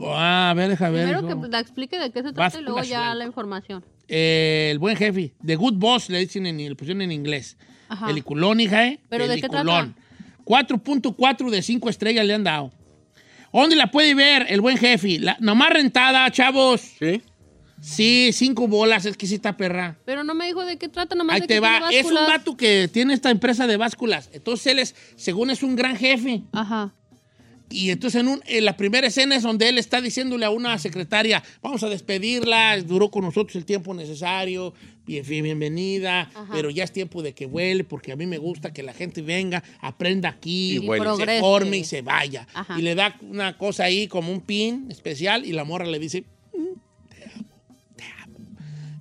S5: Ah, a ver, deja ver.
S4: Primero que pues-
S5: ¿cómo?
S4: la explique de qué se trata y luego
S5: Básculas
S4: ya
S5: blanco.
S4: la información.
S5: Eh, el buen jefe. The Good Boss, le dicen en, le pusieron en inglés.
S4: Ajá.
S5: Peliculón, hija, ¿eh?
S4: ¿Pero de qué
S5: Peliculón. 4.4 de 5 estrellas le han dado. ¿Dónde la puede ver el buen jefe? La, nomás rentada, chavos.
S3: Sí.
S5: Sí, cinco bolas, exquisita perra.
S4: Pero no me dijo de qué trata nomás.
S5: Ahí
S4: de
S5: te
S4: que
S5: va.
S4: tiene
S5: Es un
S4: básculas.
S5: vato que tiene esta empresa de básculas. Entonces él es, según es un gran jefe.
S4: Ajá.
S5: Y entonces en, un- en la primera escena es donde él está diciéndole a una secretaria, vamos a despedirla, duró con nosotros el tiempo necesario, bien, bien- bienvenida, pero ya es tiempo de que vuele porque a mí me gusta que la gente venga, aprenda aquí,
S3: Y Y vuele.
S5: se
S4: progrese.
S5: forme y se vaya.
S4: Ajá.
S5: Y le da una cosa ahí como un pin especial y la morra le dice, "Mm, te amo, te amo".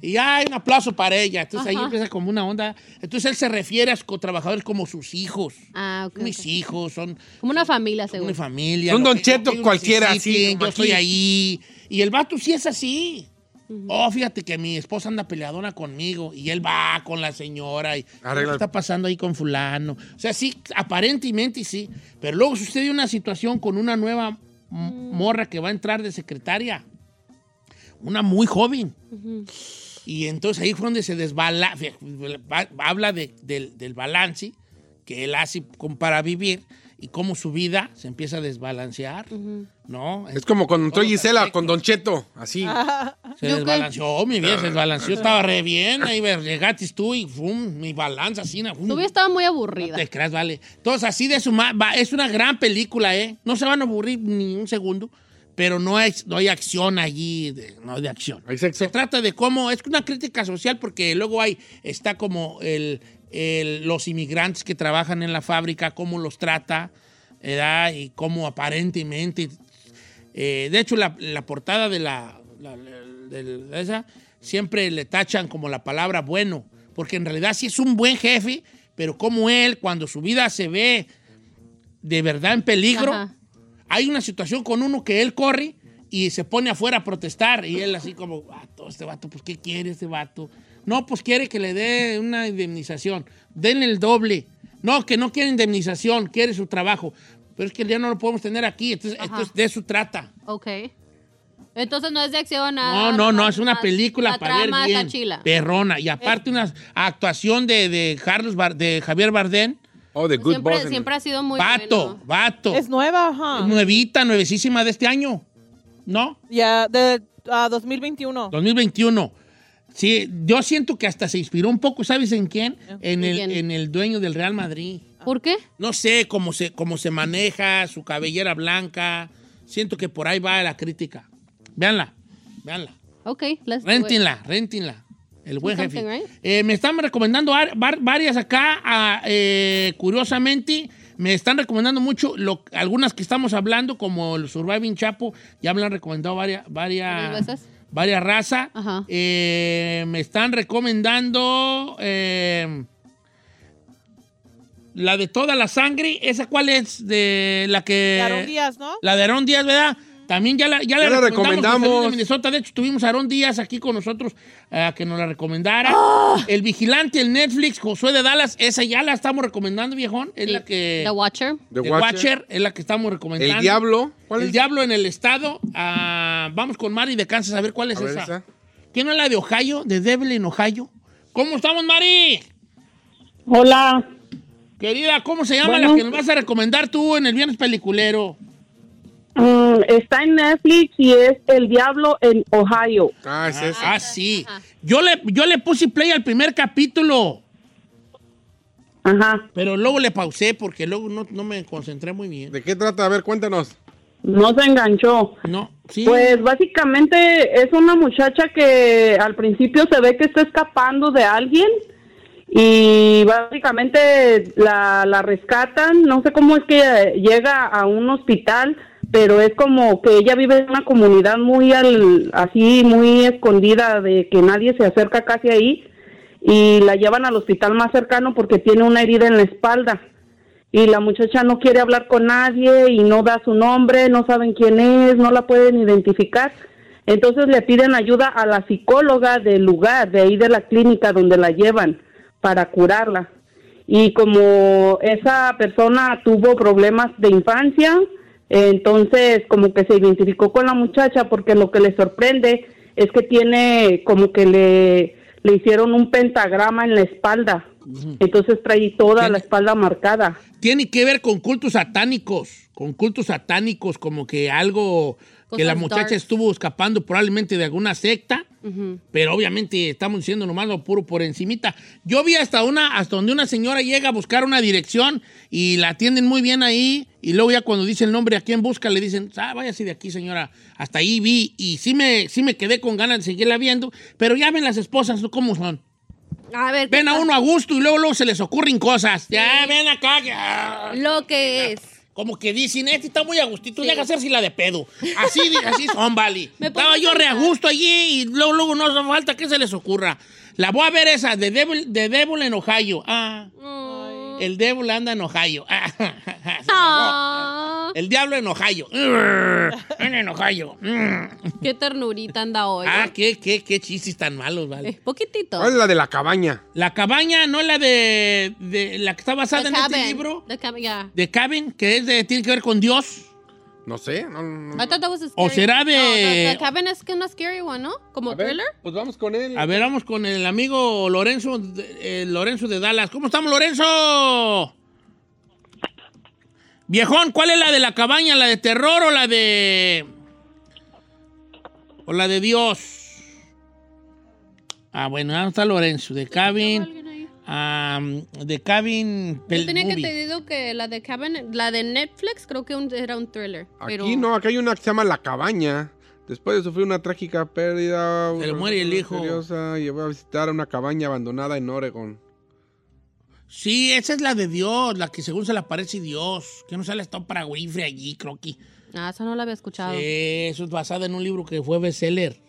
S5: Y ya hay un aplauso para ella. Entonces ahí
S4: Ajá.
S5: empieza como una onda. Entonces él se refiere a sus trabajadores como sus hijos.
S4: Ah, ok.
S5: Mis
S4: ok.
S5: hijos son
S4: Como una familia,
S5: una
S4: seguro.
S5: familia.
S3: Es un
S5: lo
S3: Don
S5: que- lo
S3: Cheto
S5: que ellos
S3: cualquiera,
S5: necesiten,
S3: así,
S5: Yo
S3: como
S5: estoy
S3: aquí.
S5: ahí. Y el vato sí es así. Oh, fíjate que mi esposa anda peleadona conmigo y él va con la señora y
S3: Arregla-
S5: ¿qué está pasando ahí con fulano? O sea, sí, aparentemente sí, pero luego sucede una situación con una nueva m-
S4: Mm.
S5: morra que va a entrar de secretaria, una muy joven. Y entonces ahí fue donde se desbala, fe- va- habla de- del, del balance que él hace con- para vivir y cómo su vida se empieza a desbalancear, ¿no?
S3: Es como cuando entró
S5: Todo
S3: Gisela
S5: perfecto.
S3: con Don Cheto, así. Ah.
S5: Se
S4: Yo
S5: desbalanceó, mi vida se desbalanceó, estaba re bien, ahí ver, llegaste tú y fum, mi balanza así, na- fum.
S4: Tu vida estaba muy
S5: No
S4: aburrida.
S5: te creas, vale. Entonces, así de su ma- va- es una gran película, ¿eh? No se van a aburrir ni un segundo, pero no hay, no hay acción allí, de- no hay de acción.
S3: Hay sexo.
S5: Se trata de cómo, es una crítica social porque luego hay, está como el, el- los inmigrantes que trabajan en la fábrica, cómo los trata, ¿verdad? Y cómo aparentemente, eh, de hecho la, la portada de la, la- la- del- de esa siempre le tachan como la palabra bueno, porque en realidad sí es un buen jefe, pero como él, cuando su vida se ve de verdad en peligro,
S4: Ajá.
S5: hay una situación con uno que él corre y se pone afuera a protestar. Y él así como, vato, este vato, pues ¿qué quiere este vato? No, pues quiere que le dé una indemnización. Denle el doble. No, que no quiere indemnización, quiere su trabajo. Pero es que ya no lo podemos tener aquí. Entonces,
S4: Ajá.
S5: entonces de eso trata.
S4: Ok. Entonces no es de acción nada.
S5: No, no, no,
S4: más-
S5: es una
S4: más
S5: película
S4: la
S5: para ver
S4: trama
S5: bien.
S4: está chila.
S5: Perrona.
S4: Eh.
S5: Y aparte una actuación de, de Carlos Bar- de Javier Bardem.
S3: Oh, The Good
S4: Pues Siempre,
S3: Boss.
S4: siempre ha sido muy
S5: vato,
S4: bueno.
S5: vato.
S9: Es nueva, ajá.
S5: Nuevita, nuevecísima de este año. ¿No?
S9: Ya, de ah, 2021.
S5: 2021. Sí, yo siento que hasta se inspiró un poco, ¿sabes en quién?
S4: ¿En
S5: En el,
S4: quién? Ah.
S5: en el dueño del Real Madrid.
S4: ¿Por qué?
S5: No sé cómo se, cómo se maneja, su cabellera blanca. Siento que por ahí va la crítica. Veanla, veanla.
S4: Ok, let's do it.
S5: Rentinla, rentinla. El buen
S4: Do something,
S5: jefe.
S4: right?
S5: Eh, me están recomendando ar- var- varias acá. ah, eh, curiosamente, me están recomendando mucho lo- algunas que estamos hablando, como el Surviving Chapo. Ya me lo han recomendado varias, varias,
S4: ¿Varias veces?
S5: varias razas.
S4: Ajá.
S5: Eh, me están recomendando eh, la de toda la sangre. ¿Esa cuál es? De la que.
S9: Aaron Díaz, ¿no?
S5: La de Aarón Díaz, ¿verdad? También ya la, ya la
S3: Ya la
S5: recomendamos.
S3: recomendamos.
S5: De Minnesota, de hecho, tuvimos a Aarón Díaz aquí con nosotros eh, a que nos la recomendara. El Vigilante, el Netflix, Josué de Dallas, esa ya la estamos recomendando, viejón. Es la que.
S4: The Watcher.
S3: The
S5: The
S3: Watcher.
S5: Watcher, es la que estamos recomendando.
S3: El Diablo. ¿Cuál
S5: el
S3: es?
S5: Diablo en el Estado. Ah, vamos con Mari de Kansas a ver cuál es
S3: A ver,
S5: esa.
S3: esa.
S5: ¿Quién es la de Ohio? De Devil en Ohio. ¿Cómo estamos, Mari?
S7: Hola,
S5: Querida, ¿cómo se llama la
S7: Bueno.
S5: que nos vas a recomendar tú en el Viernes Peliculero?
S7: mm, está en Netflix y es El Diablo en Ohio.
S3: Ah, es esa.
S5: Ah, sí. Yo le, yo le puse play al primer capítulo.
S7: Ajá.
S5: Pero luego le pausé porque luego no, no me concentré muy bien.
S3: ¿De qué trata? A ver, cuéntanos.
S7: No se enganchó.
S5: No, sí.
S7: Pues básicamente es una muchacha que al principio se ve que está escapando de alguien y básicamente la, la rescatan, no sé cómo es que ella llega a un hospital, pero es como que ella vive en una comunidad muy al, así, muy escondida, de que nadie se acerca casi ahí, y la llevan al hospital más cercano porque tiene una herida en la espalda. Y la muchacha no quiere hablar con nadie y no da su nombre, no saben quién es, no la pueden identificar. Entonces le piden ayuda a la psicóloga del lugar, de ahí de la clínica donde la llevan para curarla. Y como esa persona tuvo problemas de infancia, entonces como que se identificó con la muchacha porque lo que le sorprende es que tiene como que le, le hicieron un pentagrama en la espalda. Entonces trae toda la espalda marcada.
S5: Tiene que ver con cultos satánicos, con cultos satánicos, como que algo que
S4: Cosas
S5: la muchacha
S4: darks.
S5: estuvo escapando probablemente de alguna secta. Pero obviamente estamos diciendo nomás lo puro por encimita. Yo vi hasta una, hasta donde una señora llega a buscar una dirección y la atienden muy bien ahí. Y luego ya cuando dice el nombre a quien busca, le dicen, ah, váyase de aquí, señora. Hasta ahí vi. Y sí me, sí me quedé con ganas de seguirla viendo. Pero ya ven las esposas, ¿no? ¿cómo son?
S4: A ver.
S5: Ven a uno a gusto y luego, luego se les ocurren cosas. Ya, ven acá.
S4: Lo que es.
S5: Como que dicen, este está Ah, muy a gustito, deja hacerse la de pedo. Así, así son, Vali. Estaba yo re a gusto allí y luego, luego no hace falta que se les ocurra. La voy a ver esa, de Devil, de Devil en Ohio. Ah, el Devil anda en Ohio. Ah, se mamó.
S4: Ah,
S5: el diablo en Ohio. en Ohio.
S4: Qué ternurita anda hoy.
S5: Ah, qué, qué, qué chistes tan malos, Vali.
S4: Eh, Poquitito.
S5: de la cabaña? La cabaña, no la de, de la que está basada
S4: The
S5: en
S4: Cabin,
S5: este libro.
S4: The Cabin, ya.
S5: De Cabin, que es de, tiene que ver con Dios. No sé,
S4: I thought that was a
S5: O
S4: scary-
S5: será de-
S4: No, the, the cabin es que una scary one, ¿no? Como thriller.
S5: Pues vamos con él. A ver, vamos con el amigo Lorenzo, de- eh, Lorenzo de Dallas. ¿Cómo estamos, Lorenzo? Viejón, ¿cuál es la de la cabaña? ¿La de terror o la de... o la de Dios? Ah, bueno, ahí está Lorenzo, de Cabin... am, de Cabin...
S4: Yo tenía que
S5: Movie.
S4: te digo que la de cabin, la de Netflix, creo que un- era un thriller. pero...
S3: Aquí no, acá hay una que se llama La Cabaña. Después de sufrir una trágica pérdida,
S5: Se
S3: le
S5: le muere el hijo.
S3: Llevó a visitar una cabaña abandonada en Oregon.
S5: Sí, esa es la de Dios, la que según se le aparece Dios. Que no sale hasta para Winfrey allí, creo que.
S4: Ah, esa no la había escuchado.
S5: Sí, eso es basada en un libro que fue bestseller.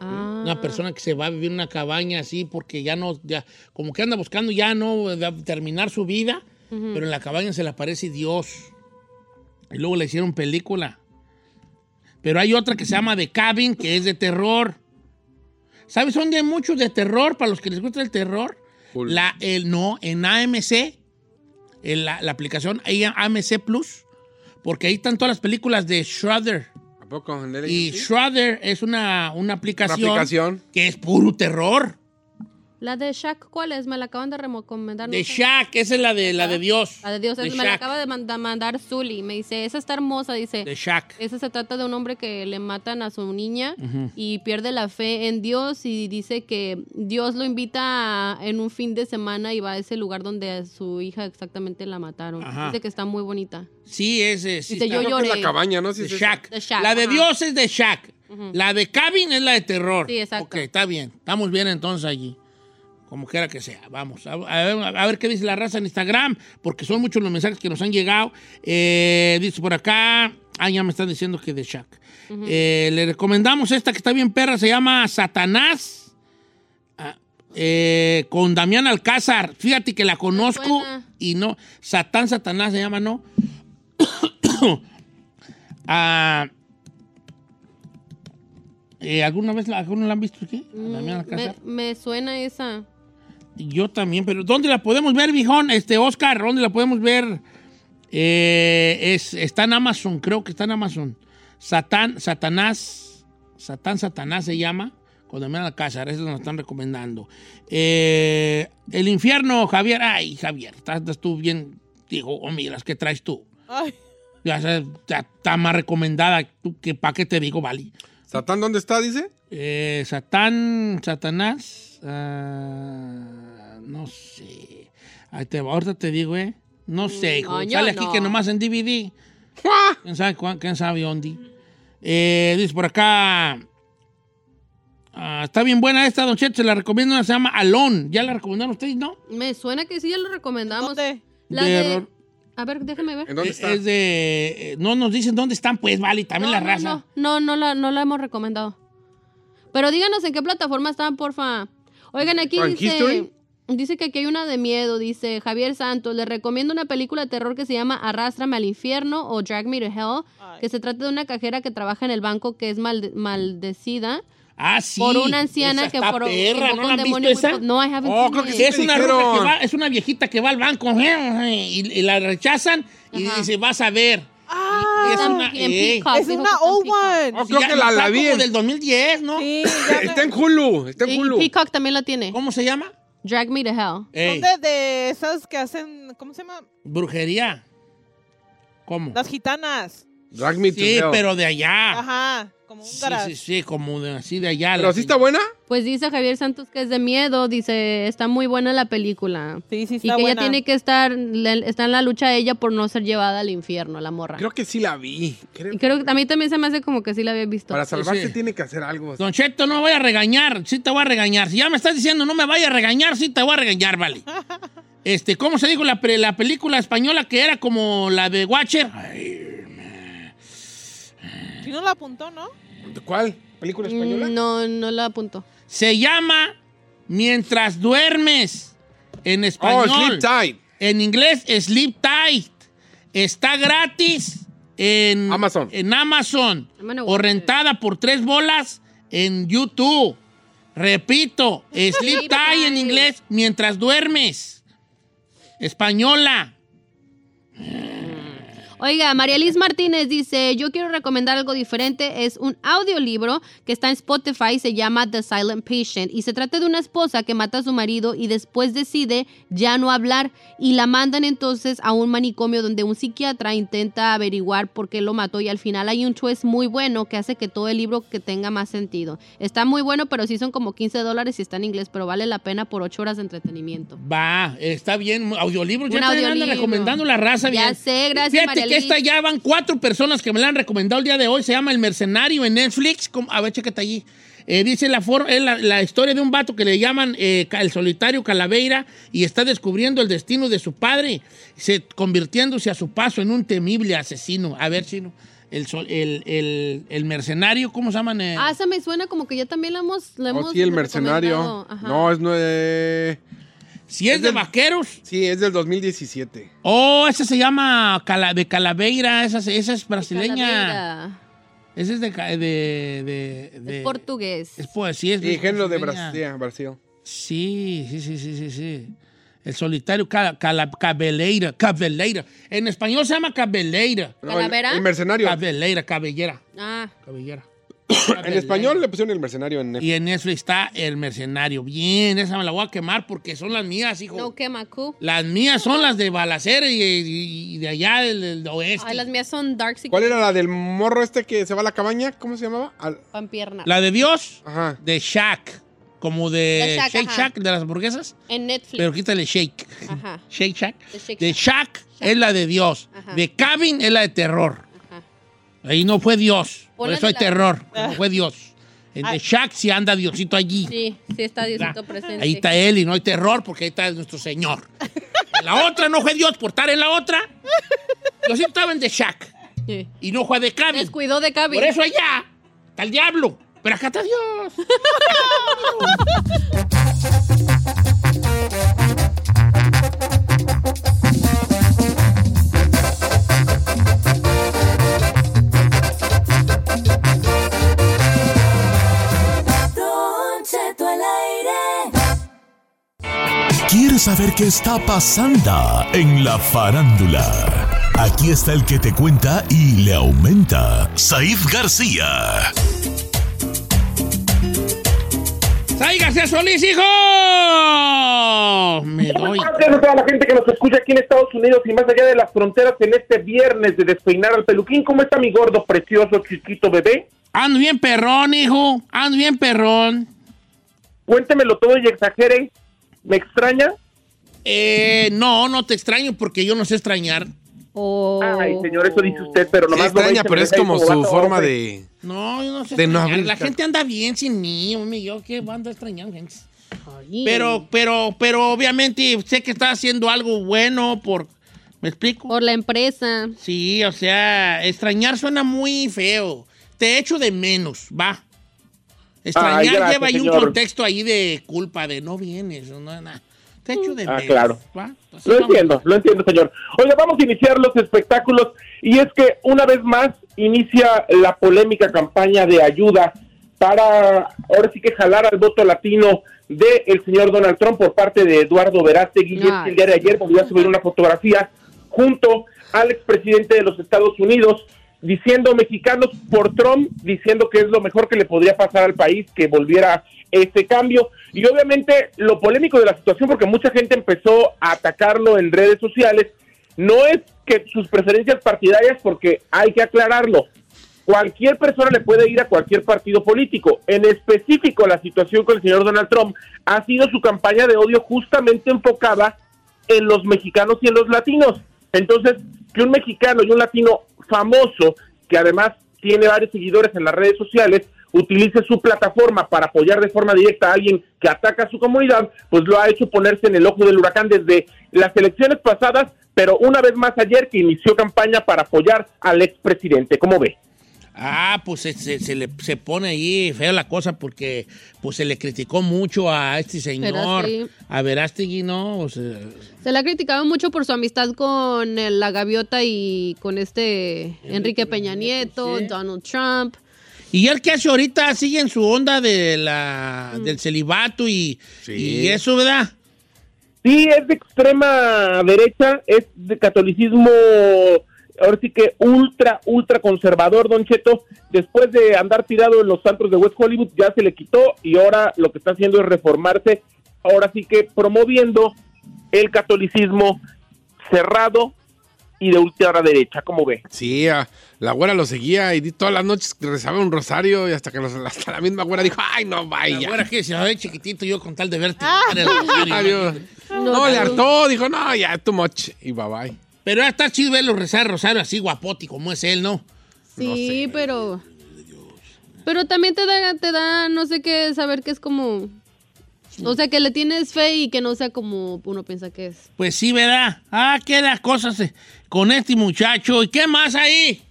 S4: Ah.
S5: Una persona que se va a vivir en una cabaña así porque ya no, ya, como que anda buscando ya no eh, terminar su vida,
S4: Ujú.
S5: pero en la cabaña se le aparece Dios. Y luego le hicieron película. Pero hay otra que se llama The Cabin, que es de terror. ¿Sabes dónde hay muchos de terror para los que les gusta el terror? La, el, no, en AMC, en la, la aplicación AMC Plus, porque ahí están todas las películas de Shudder.
S3: ¿A poco? ¿En el
S5: Y
S3: AMC?
S5: Shudder es una, una aplicación,
S3: Una aplicación.
S5: que es puro terror.
S4: La de Shaq, ¿cuál es? Me la acaban de recomendar. Ah, no
S5: De
S4: sé. Ah.
S5: Shaq, esa es la de, la de Dios.
S4: La de Dios,
S5: de
S4: es- me la
S5: Shaq.
S4: acaba de manda- mandar Zully. Me dice, esa está hermosa, dice.
S5: De Shaq.
S4: Esa se trata de un hombre que le matan a su niña
S5: Ujú.
S4: y pierde la fe en Dios y dice que Dios lo invita a- en un fin de semana y va a ese lugar donde a su hija exactamente la mataron.
S5: Ajá.
S4: Dice que está muy bonita.
S5: Sí, ese. Sí,
S4: Dice,
S5: está.
S4: yo Creo que es la lloré. cabaña, ¿no? Sí,
S5: De
S4: es esa.
S5: Shaq.
S4: De Shaq,
S5: La de
S4: ajá.
S5: Dios es de Shaq.
S4: Ujú.
S5: La de Cabin es la de terror.
S4: Sí, exacto.
S5: Ok, está bien. Estamos bien entonces allí. Como quiera que sea. Vamos. A, a ver, a ver qué dice la raza en Instagram, porque son muchos los mensajes que nos han llegado. Eh, dice por acá. Ah, ya me están diciendo que de Shaq. Eh, le recomendamos esta que está bien perra, se llama Satanás. Ah, eh, con Damián Alcázar. Fíjate que la conozco y no. Satán, Satanás se llama, ¿no? Ah, eh, ¿Alguna vez la, alguna la han visto aquí? ¿A Damián
S4: Mm, Me,
S5: Alcázar?
S4: me suena esa.
S5: Yo también, pero ¿dónde la podemos ver, mijón? Este, Oscar, ¿dónde la podemos ver? Eh, es, está en Amazon, creo que está en Amazon. Satán, Satanás, Satán, Satanás se llama, con Damián Alcázar, eso nos están recomendando. Eh, el infierno, Javier, ay, Javier, estás, estás tú bien, digo, oh, mira, las que traes tú.
S10: Ay.
S5: Ya sé, ya está más recomendada, tú, que para qué te digo, Vali.
S3: ¿Satán dónde está, dice?
S5: Eh, Satán, Satanás. ah, no sé. Ahí te, ahorita te digo, ¿eh? No sé, hijo.
S4: Mm, no, yo
S5: Sale aquí
S4: no.
S5: que nomás en DVD.
S3: ¡Ah!
S5: ¿Quién sabe, cuán- quién sabe dónde? Eh, dice por acá. Ah, está bien buena esta, Don Cheto, se la recomiendo, se llama Alon. ¿Ya la recomendaron ustedes, no?
S4: Me suena que sí, ya lo recomendamos. La
S5: De
S4: de...
S5: error.
S4: A ver, déjame ver.
S5: Eh, Es de... eh, No nos dicen dónde están, pues, vale, también la raza.
S4: No, no la, no la hemos recomendado. Pero díganos en qué plataforma están, porfa. Oigan, aquí
S5: ¿En History?
S4: dice, dice que aquí hay una de miedo, dice Javier Santos. Le recomiendo una película de terror que se llama Arrástrame al infierno o Drag Me to Hell, que se trata de una cajera que trabaja en el banco que es malde- maldecida.
S5: Ah, sí.
S4: Por una anciana
S5: Esa
S4: que
S5: está
S4: por
S5: perra,
S4: invocó
S5: ¿no la
S4: un
S5: han visto
S4: demonio muy
S5: esa? Oh,
S4: po- No, I haven't
S3: Oh,
S4: seen it.
S5: es una ruca que va, es una viejita que va al banco eh, y, y la rechazan y dice, vas a ver.
S9: Ah,
S5: es una, eh.
S9: es una old one.
S5: Oh, creo que la, la vi. del 2010, ¿no?
S3: Está en Hulu, está
S4: Y
S3: en Hulu.
S4: Peacock también lo tiene.
S5: ¿Cómo se llama?
S4: Drag Me to Hell.
S9: Son
S5: Ey.
S9: de, de esas que hacen, ¿cómo se llama?
S5: Brujería. ¿Cómo?
S9: Las gitanas.
S3: Drag me to
S5: Sí,
S3: hell.
S5: pero de allá.
S9: Ajá, como un
S5: Sí,
S9: garage.
S5: sí, sí, como de, así de allá.
S3: Ah. ¿Pero
S5: la
S3: sí
S5: señora.
S3: está buena?
S4: Pues dice Javier Santos que es de miedo, dice, está muy buena la película.
S9: Sí, sí,
S4: y
S9: está
S4: que
S9: buena.
S4: ella tiene que estar, le- está en la lucha ella por no ser llevada al infierno, la morra.
S3: Creo que sí la vi. Creo-
S4: Y creo que a mí también se me hace como que sí la había visto.
S3: Para salvarse
S5: sí.
S3: tiene que hacer algo.
S5: Don Cheto, no me voy a regañar. Sí te voy a regañar. Si ya me estás diciendo no me vaya a regañar, sí te voy a regañar, vale. Este, ¿cómo se dijo la, pre- la película española que era como la de Watcher?
S9: Si no la apuntó, ¿no?
S3: ¿Cuál? ¿Película
S4: Mm, No, no la apunto.
S5: Se llama Mientras duermes en español.
S3: Oh, Sleep Tight.
S5: En inglés, Sleep Tight. Está gratis en Amazon. En Amazon.
S4: I'm gonna
S5: O
S4: watch
S5: rentada por tres bolas en YouTube. Repito, Sleep
S4: Sleep
S5: Tight en
S4: Tight.
S5: inglés, mientras duermes. Española.
S4: Oiga, María Liz Martínez dice, yo quiero recomendar algo diferente. Es un audiolibro que está en Spotify, se llama The Silent Patient. Y se trata de una esposa que mata a su marido y después decide ya no hablar. Y la mandan entonces a un manicomio donde un psiquiatra intenta averiguar por qué lo mató. Y al final hay un twist muy bueno que hace que todo el libro que tenga más sentido. Está muy bueno, pero sí son como 15 dólares y está en inglés, pero vale la pena por 8 horas de entretenimiento.
S5: Va, está bien. Audiolibro, ya
S4: Un
S5: te anda
S4: audiolibro.
S5: recomendando la raza.
S4: Ya
S5: bien.
S4: sé, gracias,
S5: Fíjate
S4: María
S5: que
S4: Liz.
S5: esta ya van cuatro personas que me la han recomendado el día de hoy. Se llama El Mercenario en Netflix. ¿Cómo? A ver, chécate allí. Eh, dice la, for- eh, la, la historia de un vato que le llaman eh, ca- el solitario Calaveira y está descubriendo el destino de su padre, se, convirtiéndose a su paso en un temible asesino. A ver, Chino, el, sol- el, el- el mercenario, ¿cómo se llaman? eh?
S4: Ah, esa me suena como que ya también la hemos... La
S3: O
S4: hemos
S3: Oh, sí, el mercenario.
S4: recomendado. Ajá.
S3: No, es... No, eh,
S5: si es, de vaqueros.
S3: Sí, es del 2017.
S5: Oh, esa se llama Cala- de Calaveira, esa, se- esa es brasileña.
S4: Calavera.
S5: Esa es de... ca- de, de- de-
S4: Portugués.
S5: eh, es poesía. Es
S3: Sí, género de
S5: brasileña.
S3: Brasil. Brasil.
S5: Sí, sí, sí, sí, sí, sí. El solitario ca- cala- cabeleira, cabeleira. En español se llama cabeleira.
S3: No, el- ¿Calavera? el mercenario.
S5: Cabeleira, cabellera,
S4: Ah.
S5: cabellera.
S3: En español le pusieron el mercenario en
S5: Y en Netflix está el mercenario. Bien, esa me la voy a quemar porque son las mías, hijo.
S4: No quema, cu.
S5: Las mías son las de balacera y, y- y de allá del, del oeste.
S4: Ay, las mías son Dark Secret.
S3: ¿Cuál era la del morro este que se va a la cabaña? ¿Cómo se llamaba? Al-
S4: Pan pierna.
S5: La de Dios,
S3: Ajá.
S5: de Shaq. Como de
S4: De Shaq,
S5: Shake
S4: ajá.
S5: Shack, de las hamburguesas.
S4: En Netflix.
S5: Pero quítale Shake.
S4: Ajá.
S5: Shake Shack.
S4: De Shake
S5: De Shack es la de Dios. De Cabin es la de terror. Ahí no fue Dios. Por
S4: Ponla
S5: eso
S4: de
S5: hay
S4: la-
S5: terror. No fue Dios. En
S4: Ah.
S5: The Shack sí anda Diosito allí.
S4: Sí, sí está Diosito presente.
S5: Ahí está él y no hay terror porque ahí está nuestro Señor. En la otra no fue Dios por estar en la otra. Diosito estaba en The Shack.
S4: Sí.
S5: Y no fue de Cabin.
S4: Descuidó de Cabin.
S5: Por eso allá está el diablo. Pero acá está Dios.
S6: Don Cheto al aire.
S8: ¿Quieres saber qué está pasando en la farándula? Aquí está el que te cuenta y le aumenta, Said García.
S5: ¡Sáigase Solís, hijo! Me doy.
S11: Gracias a toda la gente que nos escucha aquí en Estados Unidos y más allá de las fronteras en este viernes de despeinar al peluquín. ¿Cómo está mi gordo, precioso, chiquito bebé?
S5: Ando bien perrón, hijo. Ando bien perrón.
S11: Cuéntemelo todo y exagere. ¿Me extraña?
S5: Eh, no, no te extraño porque yo no sé extrañar.
S4: O...
S11: Ay, señor, eso dice usted, pero nomás lo
S3: extraña,
S11: ve y se
S3: pero
S11: me
S3: es
S11: deja ahí
S3: como su
S11: vato
S3: forma
S11: ofe.
S3: de...
S5: No, yo no sé.
S3: De no
S5: extrañar.
S3: abrir
S5: la
S3: carta.
S5: gente anda bien sin mí, hombre, yo qué ando extrañando gente. Pero, pero, pero obviamente sé que está haciendo algo bueno por, ¿me explico?
S4: Por la empresa.
S5: Sí, o sea, extrañar suena muy feo. Te echo de menos, va. Extrañar
S11: Ay, gracias,
S5: lleva ahí un
S11: señor.
S5: contexto ahí de culpa, de no vienes, o no, nada. Te echo de
S11: Ah,
S5: menos.
S11: claro.
S5: ¿va?
S11: Lo entiendo, lo entiendo, señor. Oiga, vamos a iniciar los espectáculos y es que una vez más inicia la polémica campaña de ayuda para ahora sí que jalar al voto latino del señor Donald Trump por parte de Eduardo Verástegui. Y es que el día de ayer volvió a subir una fotografía junto al expresidente de los Estados Unidos diciendo mexicanos por Trump, diciendo que es lo mejor que le podría pasar al país que volviera este cambio. Y obviamente lo polémico de la situación, porque mucha gente empezó a atacarlo en redes sociales, no es que sus preferencias partidarias, porque hay que aclararlo, cualquier persona le puede ir a cualquier partido político. En específico, la situación con el señor Donald Trump ha sido su campaña de odio justamente enfocada en los mexicanos y en los latinos. Entonces, que un mexicano y un latino famoso, que además tiene varios seguidores en las redes sociales, utilice su plataforma para apoyar de forma directa a alguien que ataca a su comunidad, pues lo ha hecho ponerse en el ojo del huracán desde las elecciones pasadas, pero una vez más ayer que inició campaña para apoyar al expresidente. ¿Cómo ve?
S5: Ah, pues se, se- se le, se pone ahí fea la cosa porque pues se le criticó mucho a este señor,
S4: Verástegui.
S5: a Verástegui, ¿no? O sea,
S4: Se la ha criticado mucho por su amistad con el- la gaviota y con este Enrique Peña Nieto, Donald Trump.
S5: y él que hace ahorita sigue en su onda de la,
S3: Mm.
S5: del celibato y, y eso, ¿verdad?
S11: Sí, es de extrema derecha, es de catolicismo, ahora sí que ultra, ultra conservador, Don Cheto. Después de andar tirado en los santos de West Hollywood, ya se le quitó y ahora lo que está haciendo es reformarse. Ahora sí que promoviendo el catolicismo cerrado y de ultra derecha, ¿cómo ve?
S3: Sí, a- la güera lo seguía y di- todas las noches rezaba un rosario y hasta que los- hasta la misma güera dijo, ay, no vaya.
S5: La güera que se ve chiquitito yo con tal de verte. en el
S3: Adiós.
S5: rosario.
S3: Ah. No, le hartó, dijo, no, ya, too much. Y bye bye.
S5: Pero ya está chido verlo rezar Rosario así guapote como es él, ¿no?
S4: Sí, pero. Pero también te da, te da, no sé qué, saber que es como. O sea, que le tienes fe y que no sea como uno piensa que es.
S5: Pues sí, ¿verdad? Ah, qué las cosas eh, con este muchacho. ¿Y qué más ahí?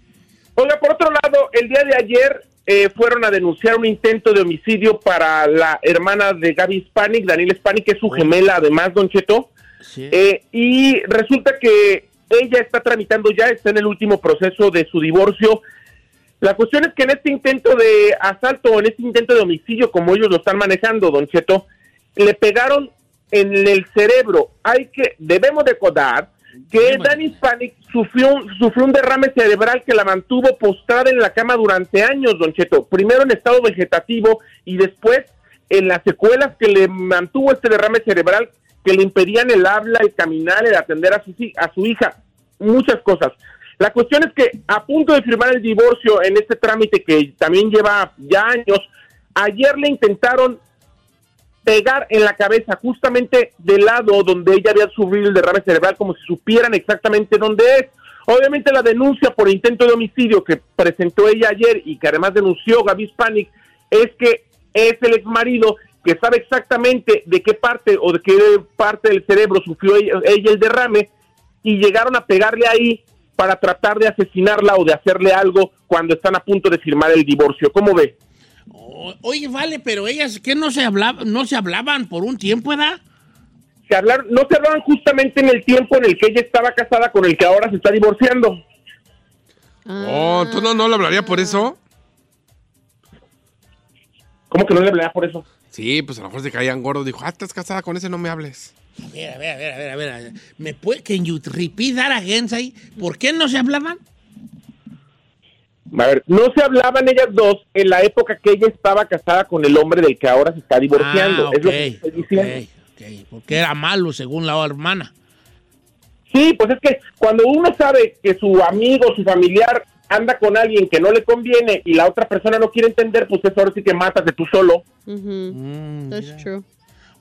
S11: Oiga, por otro lado, el día de ayer eh, fueron a denunciar un intento de homicidio para la hermana de Gaby Spanik, Daniel Spanik, que es su gemela además, Don Cheto. Eh, y resulta que ella está tramitando ya, está en el último proceso de su divorcio. La cuestión es que en este intento de asalto o en este intento de homicidio, como ellos lo están manejando, Don Cheto, le pegaron en el cerebro. Hay que, debemos recordar que Danny Panic sufrió un, sufrió un derrame cerebral que la mantuvo postrada en la cama durante años, Don Cheto. Primero en estado vegetativo y después en las secuelas que le mantuvo este derrame cerebral que le impedían el habla, el caminar, el atender a su, hi- a su hija, muchas cosas. La cuestión es que a punto de firmar el divorcio en este trámite que también lleva ya años, ayer le intentaron pegar en la cabeza justamente del lado donde ella había sufrido el derrame cerebral, como si supieran exactamente dónde es. Obviamente la denuncia por intento de homicidio que presentó ella ayer y que además denunció Gaby Spanik es que es el exmarido que sabe exactamente de qué parte o de qué parte del cerebro sufrió ella, ella el derrame y llegaron a pegarle ahí para tratar de asesinarla o de hacerle algo cuando están a punto de firmar el divorcio. ¿Cómo ve?
S5: O- oye, vale, pero ellas que no se hablaban, no se hablaban por un tiempo, ¿verdad?
S11: se hablaron, no se hablaron justamente en el tiempo en el que ella estaba casada con el que ahora se está divorciando.
S3: Oh, ¿tú no, no lo hablaría por eso?
S11: ¿Cómo que no le hablaría por eso?
S3: Sí, pues a lo mejor se caían gordos. Dijo, ah, estás casada con ese, no me hables.
S5: A ver, a ver, a ver, a ver, a ver, a ver. ¿Me puede que you repeat that again, say? ¿Por qué no se hablaban?
S11: A ver, no se hablaban ellas dos en la época que ella estaba casada con el hombre del que ahora se está divorciando.
S5: Ah,
S11: Es lo
S5: ok,
S11: que estoy diciendo.
S5: Porque era malo, según la hermana.
S11: Sí, pues es que cuando uno sabe que su amigo, su familiar anda con alguien que no le conviene y la otra persona no quiere entender, pues eso ahora sí que mátate tú solo.
S4: Ujú. That's true.
S5: Mm,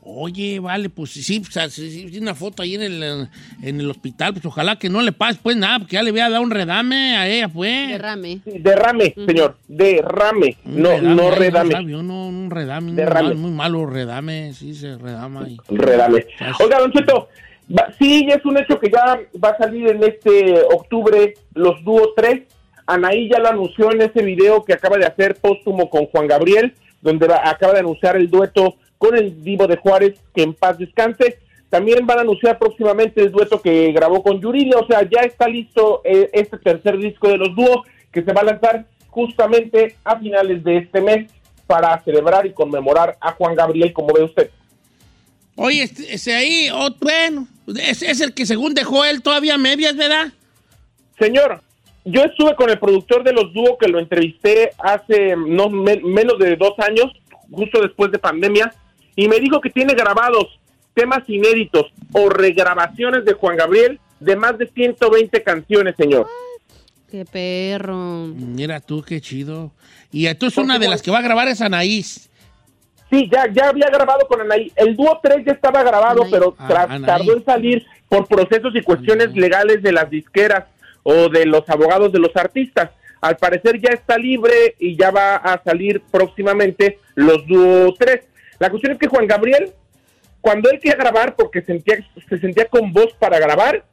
S5: Oye, vale, pues sí, pues, así, sí, sí, una foto ahí en el, eh, en el hospital, pues ojalá que no le pase pues nada, porque ya le había dado un redame a ella, pues.
S4: Derrame.
S11: Derrame, señor, derrame,
S5: Un
S11: no,
S5: redame,
S11: no
S5: ay,
S11: redame.
S5: sabio, no, un redame, un
S11: Derrame.
S5: mal- muy malo redame, sí, se redama. ahí.
S11: Redame. Oiga, Don Cheto, va- sí, es un hecho que ya va a salir en este octubre los dúo 3. Anaí ya lo anunció en ese video que acaba de hacer póstumo con Juan Gabriel, donde va- acaba de anunciar el dueto con el Divo de Juárez, que en paz descanse. También van a anunciar próximamente el dueto que grabó con Yuridia, o sea, ya está listo eh, este tercer disco de los dúos que se va a lanzar justamente a finales de este mes para celebrar y conmemorar a Juan Gabriel, como ve usted.
S5: Oye, este- ese ahí, oh, bueno, es, es el que según dejó él todavía medias, ¿verdad?
S11: Señor, yo estuve con el productor de los dúos que lo entrevisté hace no, me- menos de dos años, justo después de pandemia, y me dijo que tiene grabados temas inéditos o regrabaciones de Juan Gabriel de más de 120 canciones, señor.
S4: Qué perro.
S5: Mira tú, qué chido. Y entonces una de las que va a grabar es Anaís.
S11: Sí, ya, ya había grabado con Anaí. El dúo 3 ya estaba grabado, pero
S5: Ah,
S11: tra-
S5: Anaí.
S11: tardó en salir por procesos y cuestiones legales de las disqueras o de los abogados de los artistas. Al parecer ya está libre y ya va a salir próximamente los dúo 3. La cuestión es que Juan Gabriel, cuando él quería grabar, porque sentía, se sentía con voz para grabar,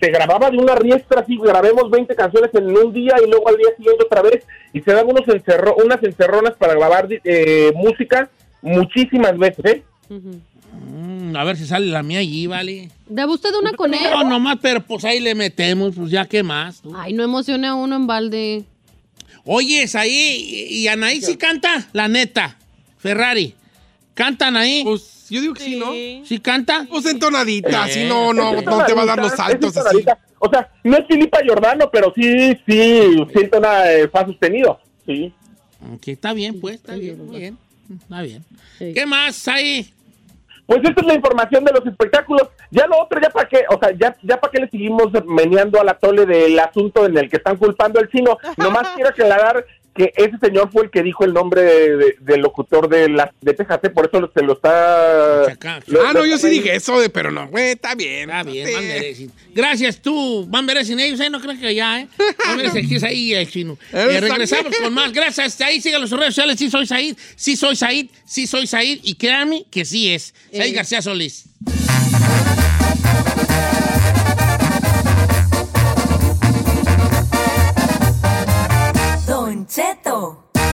S11: se grababa de una riestra así, grabemos 20 canciones en un día y luego al día siguiente otra vez, y se dan unos encerro, unas encerronas para grabar eh, música muchísimas veces, ¿eh?
S5: Mm, a ver si sale la mía allí, ¿vale?
S4: ¿Da usted una con él?
S5: No, nomás, pero pues ahí le metemos, pues ya qué más.
S4: Ay, no emocione a uno en balde.
S5: Oye, es ahí, y Anaí sí canta, la neta. Ferrari, ¿cantan ahí? Pues yo digo que sí, ¿no? ¿Sí canta?
S3: Pues entonadita,
S5: Eh.
S3: así no, no, no te va a dar los saltos
S11: Es
S3: así.
S11: entonadita. O sea, no es Filipa Giordano, pero sí, sí, siento una eh, fa sostenido, sí.
S5: Que está bien, pues, está bien, muy bien. Está bien. ¿Qué más hay?
S11: Pues esta es la información de los espectáculos. Ya lo otro, ya para qué, o sea, ya, ya para qué le seguimos meneando a la tole del asunto en el que están culpando al chino. Nomás quiero aclarar que ese señor fue el que dijo el nombre de- de- del locutor de la de Texas, ¿eh? por eso lo- se lo está... lo-
S3: Ah, no,
S11: lo-
S3: yo sí dije eso, de, pero no, güey, está bien.
S5: Está bien, Van Beresin. Gracias tú, Van Beresin. Ellos ahí no creen que allá, ¿eh? Van Beresin, que es ahí el chino.
S3: Él
S5: Eh,
S3: está
S5: regresamos con más. Gracias. Ahí sigan los redes sociales. Sí soy Said, sí soy Said, sí soy Said. Y créanme que sí es. Said García Solís.
S6: Don Cheto.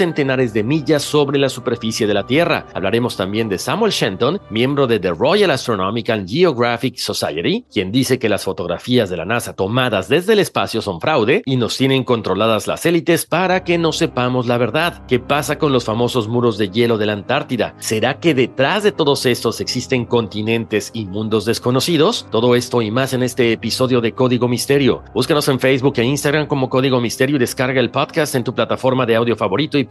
S10: centenares de millas sobre la superficie de la Tierra. Hablaremos también de Samuel Shenton, miembro de The Royal Astronomical Geographic Society, quien dice que las fotografías de la NASA tomadas desde el espacio son fraude y nos tienen controladas las élites para que no sepamos la verdad. ¿Qué pasa con los famosos muros de hielo de la Antártida? ¿Será que detrás de todos estos existen continentes y mundos desconocidos? Todo esto y más en este episodio de Código Misterio. Búscanos en Facebook e Instagram como Código Misterio y descarga el podcast en tu plataforma de audio favorito y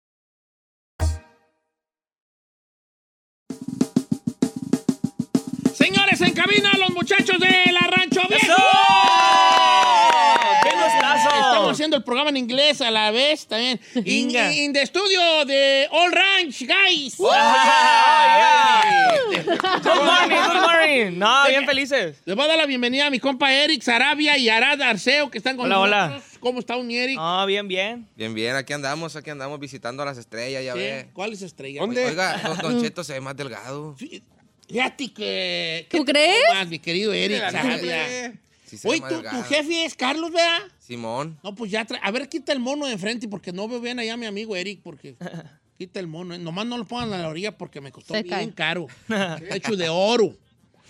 S5: Señores, en cabina los muchachos de la Rancho Viejo. Estamos haciendo el programa en inglés a la vez también. In,
S12: Inga. ¡Oh,
S5: in the studio de All Ranch, guys.
S12: Good morning, good morning. No, bien
S5: felices. Les voy a dar la bienvenida a mi compa Eric Sarabia y Arad Arceo que están con
S12: Hola, hola.
S5: nosotros. ¿Cómo está un Eric?
S12: Ah, bien, bien.
S13: Bien, bien, aquí andamos, aquí andamos visitando a las estrellas, ya
S5: Sí.
S13: ve.
S5: ¿Cuáles estrellas?
S13: Oiga, Oiga, don, don Cheto se ve más delgado.
S5: Fíjate que...
S4: ¿Tú crees?
S5: Más, mi querido Eric Sarabia.
S13: se ve
S5: Oye,
S13: más
S5: tú- tu
S13: delgada.
S5: jefe es Carlos, ¿verdad?
S13: Simón.
S5: No, pues ya trae. A ver, quita el mono de enfrente porque no veo bien allá a mi amigo Eric, porque quita el mono. eh. Nomás no lo pongan a la orilla porque me costó
S4: Se
S5: bien
S4: cae.
S5: caro. Está hecho de oro.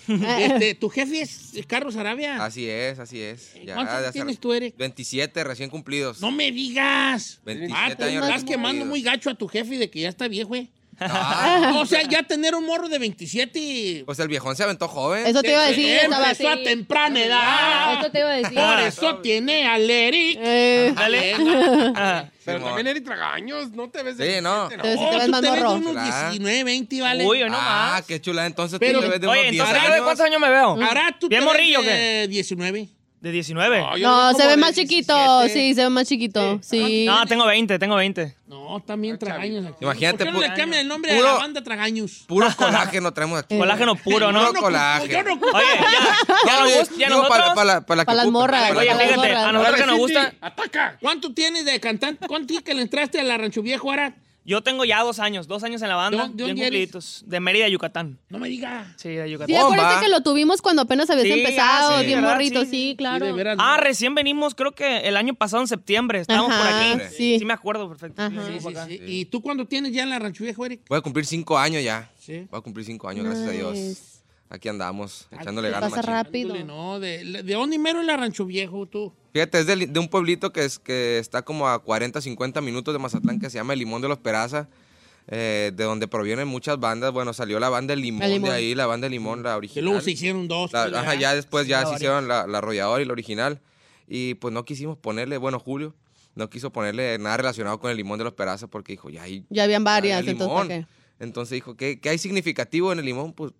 S5: Este, tu jefe es Carlos Arabia.
S13: Así es, así es. Ya,
S5: ¿Cuántos
S13: de hace-
S5: tienes tú, Eric?
S13: 27 recién cumplidos.
S5: No me digas.
S13: 27
S5: Ah, tú
S4: pues,
S13: años
S5: estás
S13: recién
S5: quemando
S13: cumplidos.
S5: muy gacho a tu jefe de que ya está viejo, eh.
S13: Ah.
S5: o sea, ya tener un morro de 27 y-
S13: Pues el viejón se aventó joven.
S4: Eso te iba a decir. estaba
S5: Empezó a
S4: así.
S5: temprana edad.
S4: Eso te iba a decir. Eh.
S5: Por eso tiene al Eric.
S4: Dale.
S3: Pero
S13: Simón.
S3: también Eric Tragaños, Pues no te ves de
S13: Sí, no. Oh,
S3: 17,
S5: Entonces, si Oh, te ves
S13: tú
S5: más morro.
S13: unos
S5: Claro.
S13: 19,
S5: 20, vale.
S13: Uy, hoy
S5: no
S13: ah, qué chula. Entonces
S5: Pero-
S13: tú te ves de
S5: Oye,
S13: unos 10
S5: entonces, ¿yo de
S13: años.
S5: cuántos
S12: años me veo?
S5: Ahora tú
S12: ¿Bien
S5: te ves
S12: morrillo o qué?
S5: de 19.
S12: ¿De 19?
S4: No, se ve más chiquito. Sí, se ve más chiquito. Sí.
S12: Ah, No, tengo 20, tengo 20.
S5: No, también Tragaños. aquí.
S13: Imagínate,
S5: ¿Por qué no
S13: pu-
S5: le cambian el nombre a
S13: Puro-
S5: la banda Tragaños?
S13: Puro colágeno traemos aquí.
S12: Colágeno puro, ¿no?
S13: Puro colágeno.
S5: Yo no
S12: Oye,
S5: ocupo-
S12: ya, ya nos gusta, ya
S13: Digo,
S12: nosotros-
S13: para- para- para
S4: Para
S13: la que
S4: las
S13: ocupe,
S4: morras,
S13: para la
S4: oye,
S13: que
S4: fíjate,
S13: ocupe.
S4: a
S13: Para
S12: nosotros
S13: la
S12: que nos
S13: gente.
S12: gusta-
S5: ¡Ataca! ¿Cuánto tienes de cantante? ¿Cuánto tienes que le entraste a la Rancho Viejo ahora?
S12: Yo tengo ya dos años, dos años en la banda.
S5: ¿De dónde- de
S12: bien
S5: dónde eres?
S12: cumpliditos. De Mérida, Yucatán.
S5: No me Oh, digas.
S12: Sí, de
S4: Sí,
S12: Yucatán.
S4: acuérdate que lo tuvimos cuando apenas habías
S12: Sí,
S4: empezado,
S12: ah, sí,
S4: bien
S12: ¿verdad?
S4: morrito,
S12: Sí,
S4: sí, claro.
S5: de veras.
S12: Ah, recién venimos, creo que el año pasado en septiembre. Estábamos
S4: Ajá,
S12: por aquí. Sí. me acuerdo perfecto.
S5: Sí, sí, sí. ¿Y tú cuándo tienes ya en la Rancho Viejo, Eric?
S13: Voy a cumplir cinco años ya.
S5: Sí.
S13: Voy a cumplir cinco años, gracias a Dios. Aquí andamos, echándole
S4: se
S13: ganas.
S4: pasa
S13: machín.
S4: rápido.
S5: Ándale, No, de, ¿de dónde mero es la Rancho Viejo tú?
S13: Fíjate, es del- de, un pueblito que, es, que está como a 40, 50 minutos de Mazatlán que se llama El Limón de los Peraza, eh, de donde provienen muchas bandas. Bueno, salió la banda El Limón,
S5: El Limón.
S13: de ahí, la banda El Limón, la
S5: Que
S13: original.
S5: luego se hicieron dos.
S13: La-
S5: tres,
S13: ajá,
S5: ¿verdad?
S13: ya después
S5: Sí,
S13: ya se
S5: varias.
S13: hicieron la, la arrolladora y la original. Y pues no quisimos ponerle, bueno, Julio no quiso ponerle nada relacionado con el limón de los perazas porque dijo, ya hay,
S4: Ya habían varias,
S13: ya hay
S4: entonces,
S13: limón.
S4: ¿para qué?
S13: Entonces dijo, ¿qué, qué hay significativo en el limón? Pues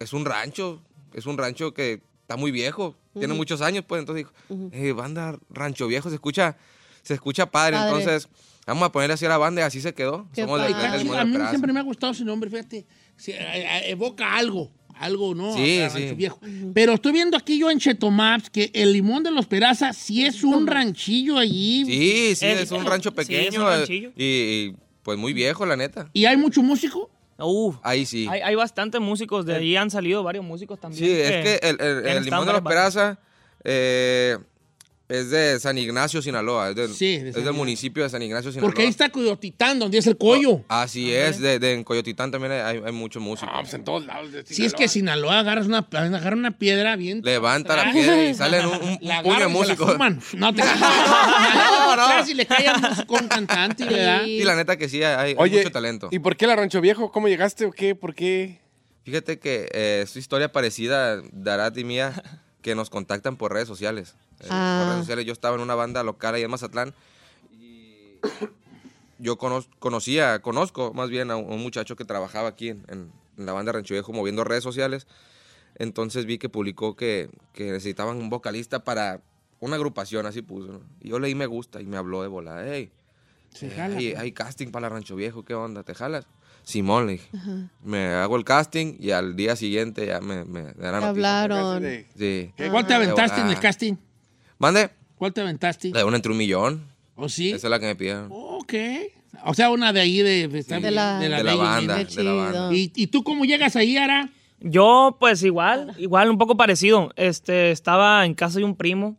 S13: es un rancho, es un rancho que está muy viejo, tiene
S4: Ujú.
S13: muchos años, pues entonces dijo,
S4: Ujú.
S13: "Eh, banda rancho viejo, se escucha, se escucha padre,
S5: Padre.
S13: entonces vamos a ponerle así a la banda y así se quedó.
S5: Qué
S13: Somos
S5: padre.
S13: del- del
S5: Ay,
S13: Limón de
S5: a
S13: los
S5: mí
S13: Peraza.
S5: siempre me ha gustado ese nombre, fíjate. Sí, eh, eh, evoca algo, algo, ¿no?
S13: Sí,
S5: A Rancho
S13: sí.
S5: Viejo. Pero estoy viendo aquí yo en Chetomaps que el limón de los Peraza sí es un ranchillo allí.
S13: Sí, sí,
S5: Eh,
S13: es un rancho
S5: sí,
S13: pequeño.
S5: es un
S13: eh,
S5: ranchillo.
S13: Y, y, pues muy viejo, la neta.
S5: ¿Y hay mucho músico?
S12: Uh,
S13: Ahí sí. Eh,
S12: hay, hay bastantes músicos. De ahí han salido varios músicos también.
S13: sí, es
S5: eh,
S13: que el, el-
S12: que han
S13: el
S12: estado
S13: limón
S12: en
S13: de los
S12: varias bandas.
S13: Peraza eh, es de San Ignacio, Sinaloa. Es del,
S5: Sí, de
S13: es
S5: San
S13: del
S5: Ignacio.
S13: municipio de San Ignacio, Sinaloa.
S5: Porque ahí está Coyotitán, donde es el collo.
S13: Así es, de, de- en Coyotitán también hay, hay- hay muchos músicos.
S3: en todos lados. de
S5: Si es que Sinaloa agarras una, agarra una piedra bien.
S13: Levanta la
S5: Ah.
S13: piedra y salen un, un
S5: La
S13: puño de
S5: agarran y se la
S13: músicos.
S5: fuman. No te
S13: No, no.
S5: Si le cae a un- con cantante, ¿verdad?
S13: Sí, la neta que sí, hay, hay
S3: Oye,
S13: mucho talento.
S3: ¿y por qué la Rancho Viejo? ¿Cómo llegaste o qué? ¿Por qué?
S13: Fíjate que eh, es una historia parecida de Arat y mía, que nos contactan por redes sociales. Eh,
S4: Ah.
S13: Por redes sociales. Yo estaba en una banda local ahí en Mazatlán y yo conoz- conocía, conozco más bien a un un muchacho que trabajaba aquí en, en- en la banda Rancho Viejo moviendo redes sociales. Entonces vi que publicó que, que necesitaban un vocalista para una agrupación, así puso. ¿no? Y yo leí me gusta y me habló de volada. Hey,
S5: Se
S13: eh,
S5: jala,
S13: hay,
S5: pues.
S13: hay casting para la Rancho Viejo, ¿qué onda? ¿Te jalas? Simón, le dije. Me hago el casting y al día siguiente ya me, me dan la
S4: Te
S13: noticia.
S4: hablaron.
S13: Sí.
S5: ¿Cuál te aventaste en el
S13: Ah.
S5: casting?
S13: Mande.
S5: ¿Cuál te aventaste?
S13: La de una entre un millón.
S5: ¿O sí?
S13: Esa es la que me pidieron.
S5: Ok. O sea, una de ahí de, de,
S13: De la- De la
S5: ellos,
S13: banda,
S5: mira.
S13: de la banda.
S5: ¿Y, y tú cómo llegas ahí, Ara?
S12: Yo, pues igual, igual, un poco parecido. Este, estaba en casa de un primo.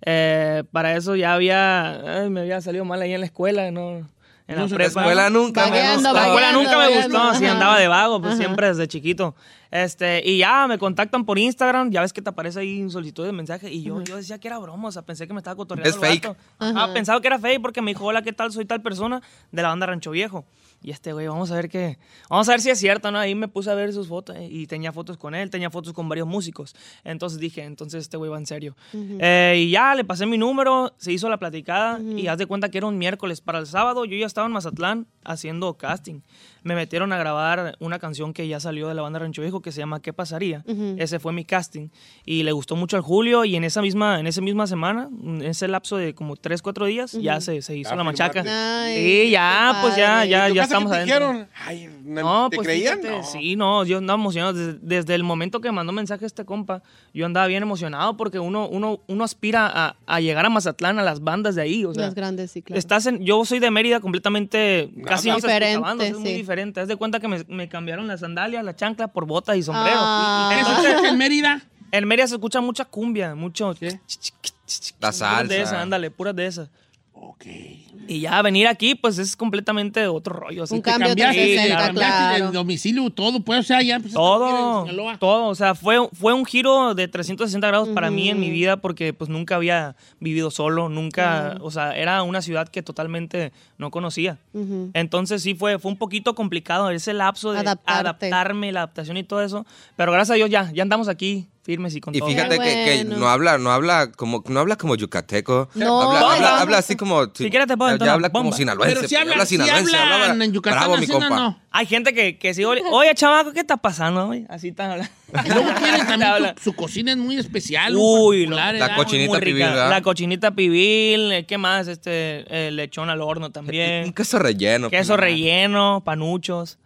S12: Eh, para eso ya había, ay, me había salido mal ahí en la escuela, no, en la
S13: No, la
S12: prepa.
S13: escuela nunca me Vagueando, gustó.
S12: La escuela
S13: vagueando,
S12: nunca me
S13: vagueando.
S12: gustó, así
S13: Ajá.
S12: andaba de vago, pues
S13: Ajá.
S12: siempre desde chiquito. Este, y ya me contactan por Instagram, ya ves que te aparece ahí un solicitud de mensaje y yo, yo decía que era broma, o sea, pensé que me estaba cotorreando.
S13: Es
S12: el
S13: fake.
S12: vato.
S13: Ajá.
S12: Ah, pensaba que era fake porque me dijo, hola, ¿qué tal? Soy tal persona de la banda Rancho Viejo. Y este güey, vamos a ver qué, vamos a ver si es cierto, ¿no? Ahí me puse a ver sus fotos eh, y tenía fotos con él, tenía fotos con varios músicos. Entonces dije, entonces este güey va en serio. Eh, y ya le pasé mi número, se hizo la platicada y haz de cuenta que era un miércoles. Para el sábado yo ya estaba en Mazatlán haciendo casting. Me metieron a grabar una canción que ya salió de la banda Rancho Viejo que se llama ¿Qué pasaría?
S4: Ujú.
S12: Ese fue mi casting y le gustó mucho al Julio y en esa misma, en esa misma semana, en ese lapso de como 3, 4 días, ya se, se hizo
S3: Ya
S12: la machaca.
S3: firmaste.
S12: sí, ya,
S3: Ay,
S12: pues ya,
S3: padre.
S12: ya,
S3: ¿Y tu
S12: ya
S3: casa
S12: estamos
S3: qué te
S12: adentro. pues
S3: dijeron? Ay, no, ¿te creían?
S12: fíjate,
S3: No.
S12: Sí, no, yo andaba emocionado. Desde, desde el momento que mandó mensaje este compa, yo andaba bien emocionado porque uno, uno, uno aspira a, a llegar a Mazatlán, a las bandas de ahí. Ah, O sea,
S4: Las grandes, sí, claro.
S12: Estás en, yo soy de Mérida completamente casi no se escucha
S4: Diferente,
S12: banda, o sea, es muy
S4: sí.
S12: diferente. Haz de cuenta que me, me cambiaron las sandalias, la chancla por botas y sombrero.
S4: Ah.
S12: Y- y-
S5: ¿Qué se hace en Mérida?
S12: En Mérida se escucha mucha cumbia, mucho.
S13: La
S12: Puras de esas,
S13: salsa.
S12: ándale, puras de esas. Ok. Y ya venir aquí, pues es completamente otro rollo. así.
S5: Un cambio de
S12: Sí,
S5: caseta,
S12: claro.
S5: claro. de domicilio, todo, pues, o sea, ya empezaste
S12: Todo, todo, o sea, fue, fue un giro de 360 grados para mí en mi
S5: Ujú.
S12: vida porque pues nunca había vivido solo, nunca,
S5: Claro.
S12: o sea, era una ciudad que totalmente no conocía. Entonces sí fue, fue un poquito complicado ese lapso de
S5: Adaptarte.
S12: adaptarme, la adaptación y todo eso, pero gracias a Dios ya, ya andamos aquí firmes y con
S13: Y
S12: todo.
S13: fíjate que, que no habla, no habla como, no habla como yucateco.
S12: No.
S13: habla,
S12: Bomba.
S13: habla, habla así como. Si
S12: quieres te puedo
S13: ya,
S12: entonar,
S13: habla como
S12: bomba.
S13: sinaloense.
S12: Pero si
S13: pues,
S12: hablan- si
S13: sinaloense.
S12: hablan
S13: hablaba-
S12: en Yucatán,
S13: Bravo, mi
S12: así no,
S13: compa.
S12: no. Hay gente que, que sí, oye, oye, chamaco, ¿qué está pasando? güey? Así están hablando.
S5: Luego tienen también su, su cocina es muy especial.
S12: Uy,
S5: muy
S12: lo-
S5: particular, ¿verdad?
S12: muy
S5: Muy rica.
S12: rica. La cochinita pibil, eh, ¿qué más? Este, eh, lechón al horno también.
S13: Un queso relleno.
S12: Queso
S13: pues,
S12: relleno, panuchos.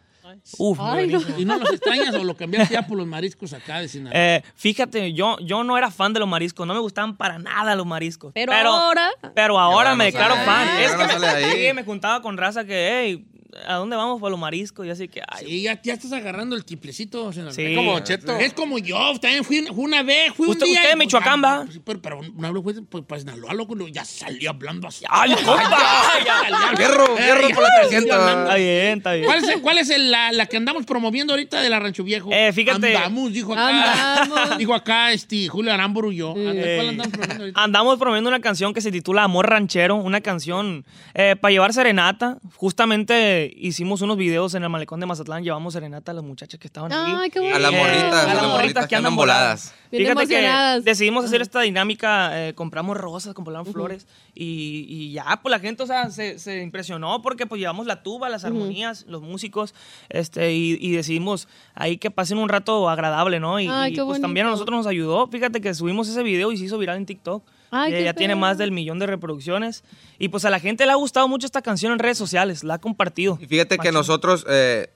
S12: Uf, muy
S5: Ay, no.
S12: buenísimo.
S5: ¿Y no los extrañas o lo cambiaste ya por los mariscos acá de Sinaloa?
S12: Eh, fíjate, yo, yo no era fan de los mariscos, no me gustaban para nada los mariscos.
S4: Pero ahora-
S12: Pero ahora me declaro
S5: sale
S12: fan.
S5: ahí,
S12: es
S5: ahora
S12: que
S5: no
S12: me,
S5: sale ahí.
S12: sí, me juntaba con raza que, hey, ¿a dónde vamos por los mariscos? Y así que, ay.
S5: Sí, ya, ya estás agarrando el tiplecito. Sinaloa.
S12: Sí. Es como Cheto.
S5: Es como yo, también fui, fui una vez, fui
S12: Usted-
S5: Pues un día.
S12: usted de
S5: y-
S12: Michoacán, ¿va?
S5: Sí, Pero, pero no hablo, pues, pues, para Sinaloa, loco, no, ya salí hablando así.
S12: ¡Ay, compa!
S13: Guerro, guerro por la 300.
S5: Está
S12: bien, está
S5: ¿Cuál es, el- cuál es el- la, la que andamos promoviendo ahorita de la Rancho Viejo?
S12: Eh, fíjate.
S5: Andamos, dijo acá. Dijo acá este, Julio Aramburu y yo. Anda, ¿Cuál andamos promoviendo ahorita?
S12: Andamos promoviendo una canción que se titula Amor Ranchero, una canción eh, para llevar serenata. Justamente hicimos unos videos en el malecón de Mazatlán, llevamos serenata a las muchachas que estaban ahí.
S4: Ay, qué
S13: A las
S12: Eh,
S13: morritas,
S12: a
S13: a
S12: las
S13: las
S12: morritas
S13: morritas
S12: que andan voladas.
S4: Bien emocionadas.
S12: decidimos hacer esta dinámica, eh, compramos rosas, compramos flores y, y ya, pues la gente, o sea, se, se impresionó porque pues llevamos la tuba, las armonías, los músicos, este, y, y decidimos ahí que pasen un rato agradable, ¿no? Y,
S4: Ay,
S12: y,
S4: qué
S12: pues también a
S4: bonito.
S12: nosotros nos ayudó, fíjate que subimos ese video y se hizo viral en TikTok.
S4: Ay,
S12: Eh,
S4: qué
S12: ya tiene
S4: perro.
S12: más del millón de reproducciones. Y pues a la gente le ha gustado mucho esta canción en redes sociales, la ha compartido.
S13: Y fíjate que nosotros eh,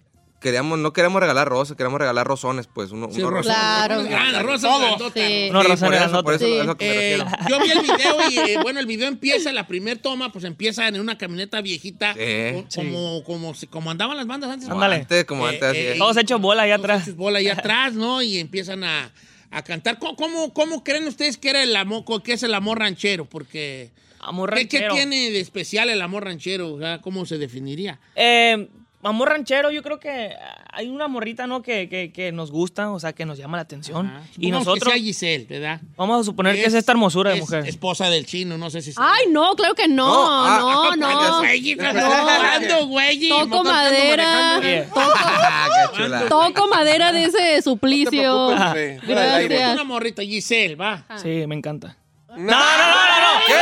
S13: queríamos, no queremos regalar rosas, queremos regalar rosones, pues. Uno, unos rosones.
S4: Claro.
S5: Ah, Rosa
S4: Todo.
S5: grandota.
S4: Sí.
S13: Sí, por eso, por eso,
S5: Sí.
S13: es lo que me
S5: Eh,
S13: refiero.
S5: yo vi el video y, eh, bueno, el video empieza, la primer toma, pues empieza en una camioneta viejita,
S13: Sí.
S5: co- como, como, se- como andaban las bandas antes. Eh,
S13: Como antes, como antes, así es.
S12: Todos hechos bola allá atrás.
S5: bola ahí atrás, ¿no? Y empiezan a, a cantar. ¿Cómo, cómo, cómo creen ustedes que era el amor, que es el amor ranchero? Porque...
S12: Amor
S5: ¿qué- ¿Qué,
S12: ranchero.
S5: tiene de especial el amor ranchero? O sea, ¿Cómo se definiría?
S12: Eh, amor ranchero, yo creo que ah, hay una morrita, ¿no? Que, que- que nos gusta, o sea, que nos llama la atención. Y
S5: Supongamos
S12: nosotros.
S5: Que sea Giselle, ¿verdad?
S12: Vamos a suponer que es esta hermosura de mujer.
S5: Esposa del chino, no sé si sea.
S4: Ay, no, claro que no,
S5: No, ah,
S4: no,
S5: ah,
S4: no.
S5: güey,
S4: No.
S5: jalando, güey,
S4: Toco
S5: motor
S4: madera,
S5: estando manejando,
S4: toco, toco madera de ese suplicio.
S5: Gracias. Una
S4: Gracias.
S5: morrita, Giselle, va.
S12: Ah. Sí, me encanta.
S5: ¿Qué?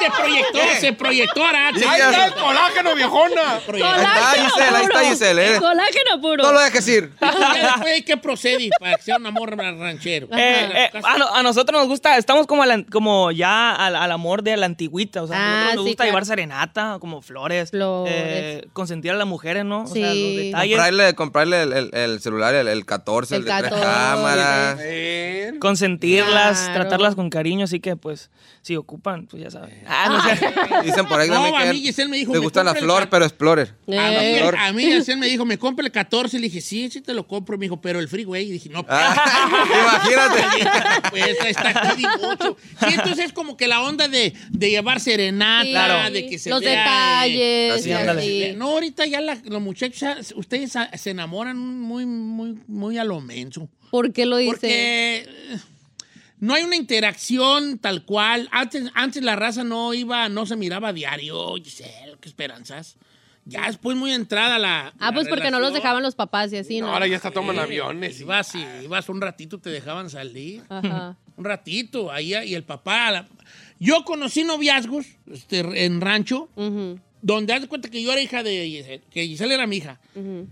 S5: Se proyectó, Este se proyectó, Ara, se
S13: Ahí está el
S5: colágeno, viejona.
S13: Ahí está Giselle, ahí está Giselle. ¿eh?
S4: Colágeno puro.
S13: No lo dejes ir.
S5: Después, ¿qué procede para que sea un amor ranchero?
S12: Eh, eh, a, no- a nosotros nos gusta, estamos como, a la- como ya al, al amor de la antigüita, o sea, a
S4: Ah,
S12: nosotros nos
S4: sí,
S12: gusta
S4: claro.
S12: llevar serenata, como flores, eh, consentir a las mujeres, ¿no? O sea, los
S4: Sí.
S12: detalles.
S13: Comprarle, comprarle el, el- el celular, el, el 14, el,
S12: El
S13: de tres
S12: 14.
S13: cámaras.
S12: Consentirlas,
S13: Claro.
S12: tratarlas con cariño, así que pues, si ocupan, pues ya saben. Ah, no sé.
S13: Eh. Dicen por ahí
S5: No,
S13: también
S5: a
S13: que
S5: mí Giselle me dijo,
S13: le
S5: me
S13: gusta la
S5: compra el
S13: flor, pero Explorer.
S5: A mí,
S13: Flor.
S5: a mí Giselle me dijo, me compra el 14. Le dije, sí, sí te lo compro. Me dijo, pero el freeway. Y dije, no. imagínate. pues está aquí de mucho. Sí, entonces es como que la onda de, de llevar serenata,
S4: Claro.
S5: de que se
S4: Los
S5: vea, eh,
S4: detalles,
S12: Así y es. ándale.
S5: Sí. No, ahorita ya la- los muchachos, ah, ustedes ah, se enamoran muy, muy, muy a lo menso.
S4: ¿Por qué lo dice?
S5: Porque eh, no hay una interacción tal cual. Antes, antes la raza no iba, no se miraba a diario. Giselle, qué esperanzas. Ya después muy entrada la.
S4: Ah, pues porque no los dejaban los papás y así, ¿no?
S5: está toman aviones. Ibas, y- ibas un ratito, te dejaban salir.
S4: Ajá.
S5: Un ratito, ahí y el papá. la- Yo conocí noviazgos este, en rancho, donde haz de cuenta que yo era hija de Giselle, que Giselle era mi hija.
S7: Mm-hmm.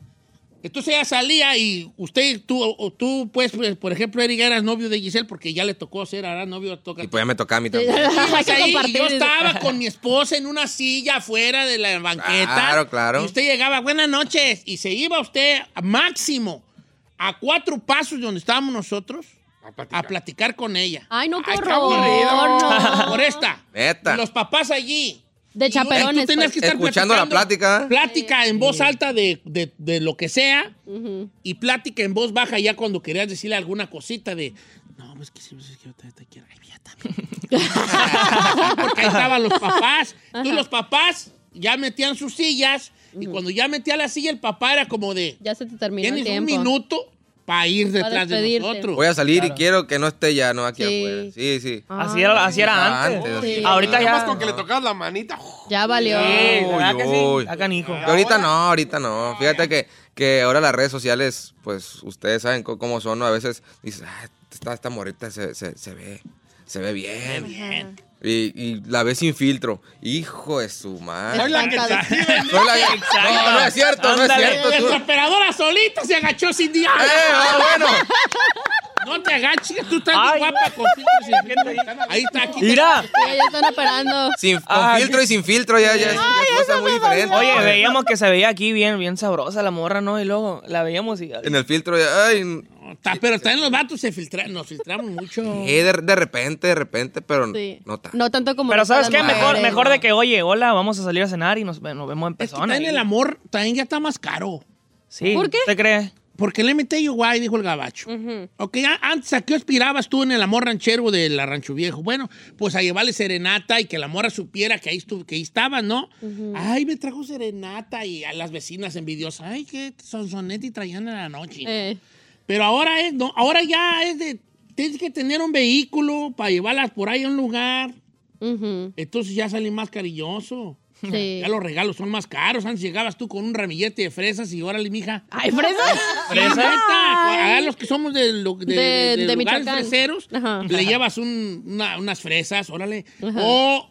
S5: Entonces ella salía y usted, tú, o tú pues, pues, por ejemplo, Eric, eras novio de Giselle porque ya le tocó ser, ahora novio toca.
S13: Y pues ya me toca a mí también.
S5: Ibas
S4: que
S5: ahí y yo
S4: compartir.
S5: estaba con mi esposa en una silla afuera de la banqueta.
S13: Claro, claro.
S5: Y usted llegaba, buenas noches, y se iba usted a máximo a cuatro pasos de donde estábamos nosotros a platicar, con ella.
S4: Ay, no, qué
S5: Ay, qué
S4: horror.
S5: aburrido.
S4: no.
S5: Por esta.
S13: Neta.
S5: Los papás allí.
S4: De chaperones. pues.
S5: Tú tenías que estar
S13: Escuchando la
S5: platicando, Plática en voz alta de, de- de lo que sea y plática en voz baja ya cuando querías decirle alguna cosita de... No, pues que sí, pues, es que yo te, te quiero. Ay, mira, también. Porque ahí estaban los papás. Tú, los papás ya metían sus sillas y cuando ya metía la silla el papá era como de...
S4: Ya se te terminó el
S5: Tienes un
S4: tiempo".
S5: minuto para ir
S4: Pa'
S5: detrás de
S4: despedirte.
S5: nosotros.
S13: Voy a salir
S5: Claro.
S13: y quiero que no esté ya, no aquí
S4: Sí.
S13: afuera. Sí, sí.
S12: Así era- así era
S13: Ah,
S12: antes.
S13: así.
S12: Ahorita ya.
S3: con que le tocabas la manita.
S4: Ya valió.
S12: Sí, ¿verdad que sí?
S13: Uy.
S12: Está canijo.
S13: Que ahorita no, ahorita no. Fíjate que, que ahora las redes sociales, pues ustedes saben co- cómo son, ¿no? A veces dices, ah, esta, esta morrita se, se- se ve, se ve bien. Y, y la ves sin filtro. Hijo de su madre.
S5: Soy la que te
S13: Soy la que- Ah. No, no es cierto, no es cierto.
S5: La
S13: tú-
S5: operadora solita se agachó sin día.
S13: Eh, ah, bueno.
S5: No te agaches, tú estás bien guapa con Ahí está, aquí.
S12: Mira.
S4: Sí, ya están operando.
S13: Sin, con
S12: Ah,
S13: filtro y sin filtro ya, ya es una cosa muy diferente.
S12: Oye, veíamos que se veía aquí bien, bien sabrosa la morra, ¿no? Y luego la veíamos y.
S13: En el filtro ya, ay.
S5: Está- pero también los vatos se filtran, nos filtramos mucho.
S13: eh, de, de repente, de repente, pero
S5: Sí.
S13: no tanto.
S4: No tanto como.
S12: Pero ¿sabes qué?
S4: las
S12: Mejor,
S4: mujeres.
S12: mejor de que, oye, hola, vamos a salir a cenar y nos, nos vemos en persona.
S5: también el amor también ya está más caro.
S12: Sí.
S5: ¿Por qué?
S12: ¿Te crees?
S5: Porque el MTI guay, dijo el gabacho. Ok, a- antes, ¿a qué aspirabas tú en el amor ranchero de la Rancho Viejo? Bueno, pues a llevarle serenata y que la morra supiera que ahí, estu- que ahí estaba, ¿no?
S12: Mm.
S5: Ay, me trajo serenata y a las vecinas envidiosas. Pues, Ay, qué sonsonete y traían en la noche.
S4: Eh.
S5: Pero ahora es, no, ahora ya es de, tienes que tener un vehículo para llevarlas por ahí a un lugar. Entonces ya sale más carilloso.
S4: Sí.
S5: Ya los regalos son más caros. Antes llegabas tú con un ramillete de fresas y órale, mija.
S4: ¿Ay, fresas?
S5: ¿Fresas?
S4: Ay.
S5: A los que somos de, lo- de,
S4: De-
S5: de
S4: de
S5: lugares
S4: Michoacán.
S5: freseros,
S4: Ajá.
S5: le llevas un- una- unas fresas, órale.
S4: Ajá.
S5: O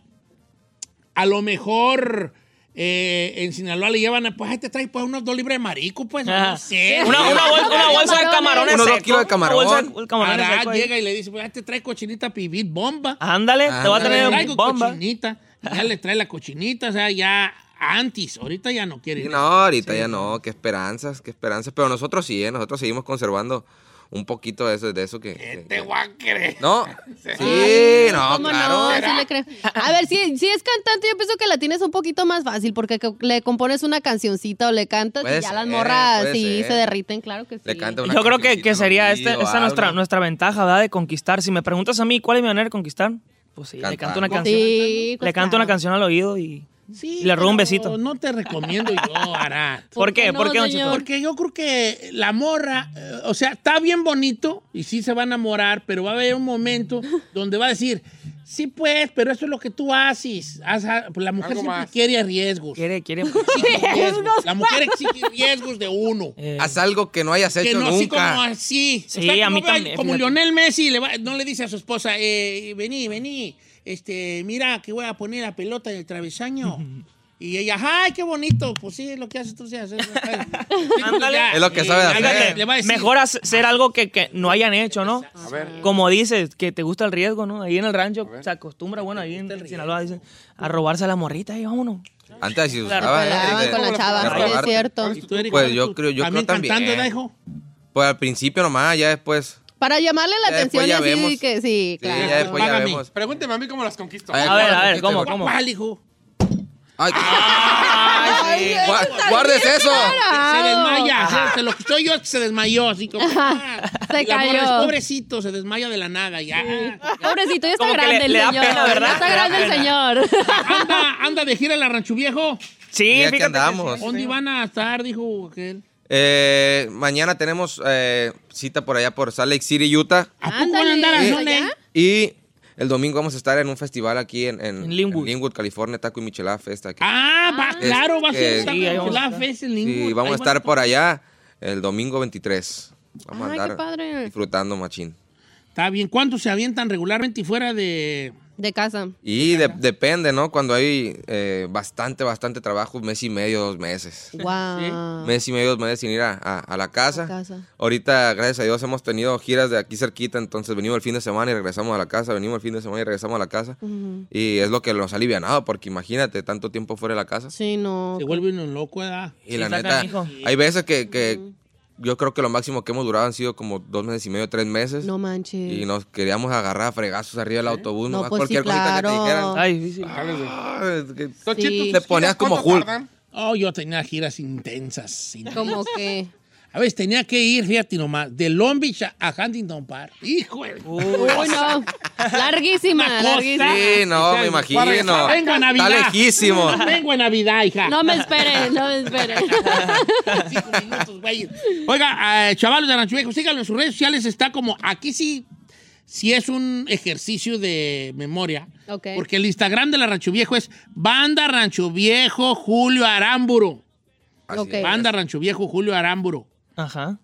S5: a lo mejor eh, en Sinaloa le llevan, pues ahí te traes pues, unos dos libras de marico, pues no,
S12: Ah.
S5: sé.
S12: Una- una bol- una bolsa de camarones Unos dos secos, kilos de una camarón. bolsa de- de camarones
S5: Arad
S12: secos ahí.
S5: llega y le dice, pues ahí te trae cochinita pibil bomba.
S12: Ándale, te va a
S5: Le
S12: tener
S5: traigo
S12: bomba.
S5: cochinita. Ya le trae la cochinita, o sea, ya antes, ahorita ya no quiere.
S13: Sí, No, ahorita ya no, qué esperanzas, qué esperanzas. Pero nosotros sí, ¿eh? nosotros seguimos conservando un poquito de eso, de eso que... que-
S5: Te voy a creer.
S13: No,
S5: Ay,
S13: sí, no,
S4: ¿Cómo
S13: claro.
S4: no? Sí le creo. A ver, si, si es cantante, yo pienso que la tienes un poquito más fácil porque co- le compones una cancioncita o le cantas
S12: Puede
S4: y ya las
S12: ser,
S4: morras
S12: puede
S4: sí
S12: ser.
S4: se derriten, claro que sí.
S13: Le canta una
S12: Yo creo que, que sería
S13: conmigo,
S12: este, esta nuestra,
S13: algo.
S12: nuestra ventaja, ¿verdad? De conquistar. Si me preguntas a mí cuál es mi manera de conquistar, pues sí, le canto una
S5: Cantando.
S12: canción.
S5: Sí, pues
S12: le canto una canción al oído y,
S5: Sí,
S12: y le robo un
S5: pero
S12: besito.
S5: No te recomiendo yo, Arad.
S12: ¿Por qué? ¿Por qué, don Cheto?
S5: Porque yo creo que la morra, eh, o sea, está bien bonito y sí se va a enamorar, pero va a haber un momento donde va a decir, sí pues, pero eso es lo que tú haces. Haz a- pues la mujer
S12: Algo
S5: siempre
S12: más.
S5: quiere riesgos.
S12: Quiere, quiere.
S5: Exige riesgos. La mujer exige riesgos de uno.
S13: Haz algo que no hayas
S5: que
S13: hecho
S5: no así
S13: nunca.
S5: como así.
S13: Sí,
S5: como
S13: a mí
S5: va-
S13: también,
S5: Como
S13: fíjate.
S5: Lionel Messi le va- no le dice a su esposa, eh, vení, vení, este, mira que voy a poner la pelota en el travesaño. Y ella, ay, qué bonito. Pues sí, es lo que haces tú, sí, haces.
S13: Es lo que sabe hacer.
S12: Ándale,
S5: le va a decir.
S12: Mejor hacer algo que, que no hayan hecho, ¿no?
S5: ver.
S12: Como dices, que te gusta el riesgo, ¿no? Ahí en el rancho se acostumbra, bueno, ahí en Sinaloa dicen, a robarse a la morrita y vámonos.
S13: Antes si
S12: La
S13: usaba, ¿eh?
S12: pelaban
S13: de-
S12: con la
S13: de
S12: chava, sí, es
S13: robarte.
S4: cierto.
S13: Pues yo creo, yo creo también.
S5: También cantando, ¿verdad, hijo?
S13: Pues al principio nomás, ya después.
S4: Para llamarle la
S13: Ya
S4: atención
S13: después
S4: y
S13: ya
S4: así
S13: vemos.
S4: que sí,
S13: Sí,
S4: claro.
S13: ya después ya
S3: Págame.
S13: vemos.
S3: Pregúnteme a mí cómo las conquisto.
S13: A ver, A ver, a ver, ¿cómo, cómo?
S5: ¿Cuál, hijo?
S13: Ay,
S5: Ah, Ay,
S13: sí. Gua- guardes eso.
S5: Se, se desmaya.
S13: Ajá.
S5: Se- se lo que estoy yo es que se desmayó, así como. ah.
S4: Se
S5: Y la morra
S4: cayó.
S5: es, Pobrecito, se desmaya de la nada ya.
S4: Pobrecito, ya está
S5: Como que le-
S4: grande el
S5: le da
S4: señor.
S5: pena, ¿verdad?
S4: Ya está
S5: Le da
S4: grande el
S5: pena.
S4: señor.
S5: Anda, anda de gira la Rancho Viejo.
S12: Sí,
S13: Ya que fíjate que andamos. sí.
S5: ¿Dónde iban a estar? Dijo aquel.
S13: Eh, mañana tenemos eh, cita por allá por Salt Lake City, Utah.
S5: ¿A poco van a andar a dónde?
S13: Y el domingo vamos a estar en un festival aquí en, en-
S5: En Linwood.
S13: en Linwood, California, Taco y Michelada Fest. Aquí.
S5: Ah, va,
S13: Es
S5: claro, va a
S13: que-
S5: ser
S13: Sí, ahí vamos a
S5: la
S13: estar.
S5: fe en
S13: Sí,
S5: Linwood.
S13: vamos a
S5: Ahí van
S13: estar por allá el domingo 23. Vamos
S5: Ay,
S13: a
S5: qué
S13: andar
S4: padre.
S13: disfrutando, machín.
S5: Está bien. ¿Cuántos se avientan regularmente y fuera de.
S4: De casa.
S13: Y de- depende, ¿no? Cuando hay eh, bastante, bastante trabajo, mes y medio, dos meses.
S4: Wow.
S13: Mes y medio, dos meses sin ir a, a- a la casa.
S4: Casa.
S13: Ahorita, gracias a Dios, hemos tenido giras de aquí cerquita, entonces venimos el fin de semana y regresamos a la casa, venimos el fin de semana y regresamos a la casa.
S4: Ujú.
S13: Y es lo que nos ha alivianado, porque imagínate, tanto tiempo fuera de la casa.
S4: Sí, no.
S5: Se vuelve uno loco, ¿verdad?
S13: Y la neta, hay veces que, que yo creo que lo máximo que hemos durado han sido como dos meses y medio, tres meses.
S4: No manches.
S13: Y nos queríamos agarrar a fregazos arriba del autobús,
S4: No,
S13: nomás
S4: pues sí,
S13: cualquier cosita que te
S4: claro.
S13: dijeran.
S4: Ay,
S12: difícil.
S13: Ah, es que-
S5: Tochitos,
S13: Te ponías como
S5: ¿cuánto
S13: Hulk.
S5: tardan? Oh, yo tenía giras intensas.
S4: Como
S5: intensas.
S4: que.
S5: A veces tenía que ir, fíjate nomás, de Long Beach a- a Huntington Park. Hijo de...
S4: Uy, no. Larguísima,
S5: Una cosa.
S4: larguísima.
S13: Sí, no, me
S5: Para regresar.
S13: imagino.
S5: Vengo a Navidad.
S13: Está lejísimo.
S5: Vengo a Navidad, hija.
S4: No me espere, no me espere.
S5: Oiga, eh, chavalos de Aranchuejo, síganlo en sus redes sociales. Está como, aquí sí, sí es un ejercicio de memoria.
S4: Ok.
S5: Porque el Instagram de la Rancho Viejo es Banda Rancho Viejo Julio Aramburo.
S4: Ok. es.
S5: Banda Rancho Viejo Julio Aramburo.
S12: Ajá.